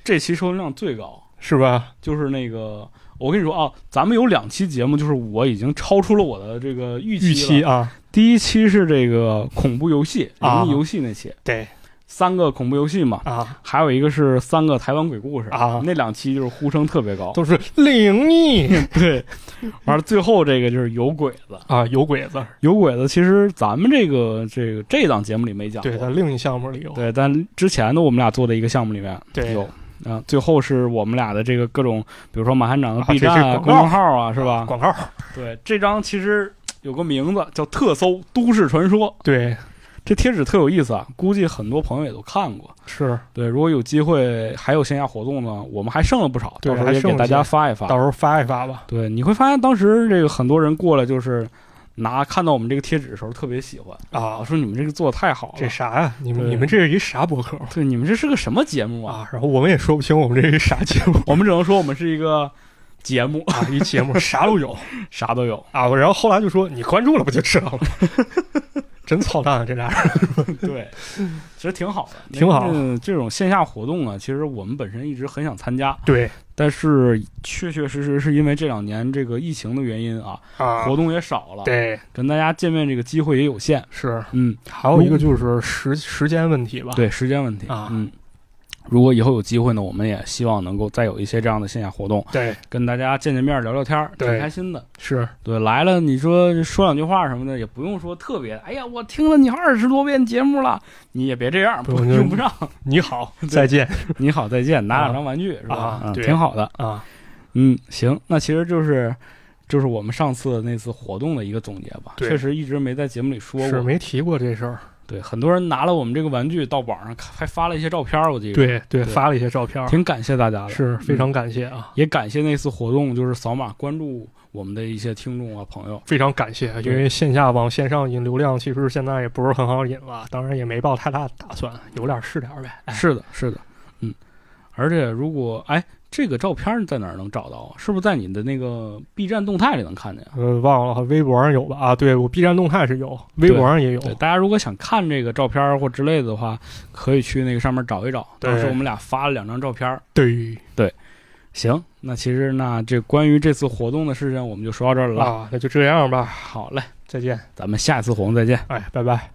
A: 这期收听量最高，
C: 是吧？
A: 就是那个。我跟你说啊，咱们有两期节目，就是我已经超出了我的这个预期。
C: 预期！啊，
A: 第一期是这个恐怖游戏、
C: 啊
A: 灵异游戏那期，
C: 对
A: 三个恐怖游戏嘛，
C: 啊，
A: 还有一个是三个台湾鬼故事
C: 啊
A: 那两期就是呼声特别高。
C: 都是 灵异
A: 对，完了最后这个就是有鬼子，
C: 啊，有鬼子，
A: 有鬼子其实咱们这个这个这档节目里没讲过，
C: 对，在另一项目里有，
A: 对但之前的我们俩做的一个项目里面
C: 对
A: 有。啊，最后是我们俩的这个各种，比如说马汉长的
C: 啊
A: B
C: 这
A: 站啊、
C: 是广
A: 公
C: 告
A: 众号啊，是吧？
C: 广告，
A: 对，这张其实有个名字叫“特搜都市传说
C: 对，”，
A: 这贴纸特有意思啊，估计很多朋友也都看过。
C: 是，
A: 对，如果有机会还有线下活动呢，我们还剩了不少，
C: 对
A: 到时候也
C: 还剩
A: 给大
C: 了些
A: 家发一发。
C: 到时候发一发吧。
A: 对，你会发现当时这个很多人过来就是拿看到我们这个贴纸的时候特别喜欢，
C: 啊
A: 我，说你们这个做的太好了，
C: 这啥呀？你们
A: 对
C: 你们这是一啥博客
A: 对你们这是个什么节目啊？
C: 啊？然后我们也说不清我们这是啥节目
A: 我们只能说我们是一个节 目，
C: 啊，一节目啥都有
A: 啥都 有。
C: 啊。然后后来就说你关注了不就知道了？ 真操蛋啊，这俩人
A: 对，其实挺好的，
C: 挺好
A: 那这种线下活动啊呢，其实我们本身一直很想参加，
C: 对
A: 但是确确实实是因为这两年这个疫情的原因啊，
C: 啊
A: 活动也少了，
C: 对
A: 跟大家见面这个机会也有限。
C: 是，
A: 嗯，
C: 还有一个就是时时间问题吧。
A: 对时间问题
C: 啊
A: 嗯，如果以后有机会呢，我们也希望能够再有一些这样的线下活动，
C: 对
A: 跟大家见见面、聊聊天儿，挺
C: 对
A: 开心的。
C: 是
A: 对，来了你说说两句话什么的，也不用说特别。哎呀，我听了你二十多遍节目了，你也别这样，
C: 不
A: 不
C: 就
A: 用不 上。
C: 你好，再见
A: 你好，再见，拿
C: 啊
A: 两张玩具、是吧？
C: 啊
A: 嗯
C: 对
A: 挺好的。
C: 啊
A: 嗯，行，那其实就是。就是我们上次那次活动的一个总结吧，
C: 对
A: 确实一直没在节目里说
C: 是
A: 过。
C: 没提过这事儿。
A: 对，很多人拿了我们这个玩具到网上看还发了一些照片儿，我记得。，
C: 对
A: 对
C: 对，发了一些照片儿，
A: 挺感谢大家的。
C: 是非常感谢啊，
A: 也感谢那次活动，就是扫码关注我们的一些听众啊朋友。
C: 非常感谢，啊因为线下往线上引流量，其实现在也不是很好引了，当然也没抱太大的打算，有点儿是点儿呗。哎
A: 是的，是的，嗯。而且如果哎，这个照片在哪儿能找到啊？是不是在你的那个 B 站动态里能看见啊？
C: 呃，忘了，微博上有吧？啊，对我 B 站动态是有，微博上也有。
A: 对，大家如果想看这个照片或之类的话，可以去那个上面找一找。
C: 对
A: 当时我们俩发了两张照片，
C: 对，
A: 行，那其实那这关于这次活动的事情，我们就说到这儿了。
C: 啊，那就这样吧，
A: 好嘞，
C: 再见，
A: 咱们下次活动再见。
C: 哎，拜拜。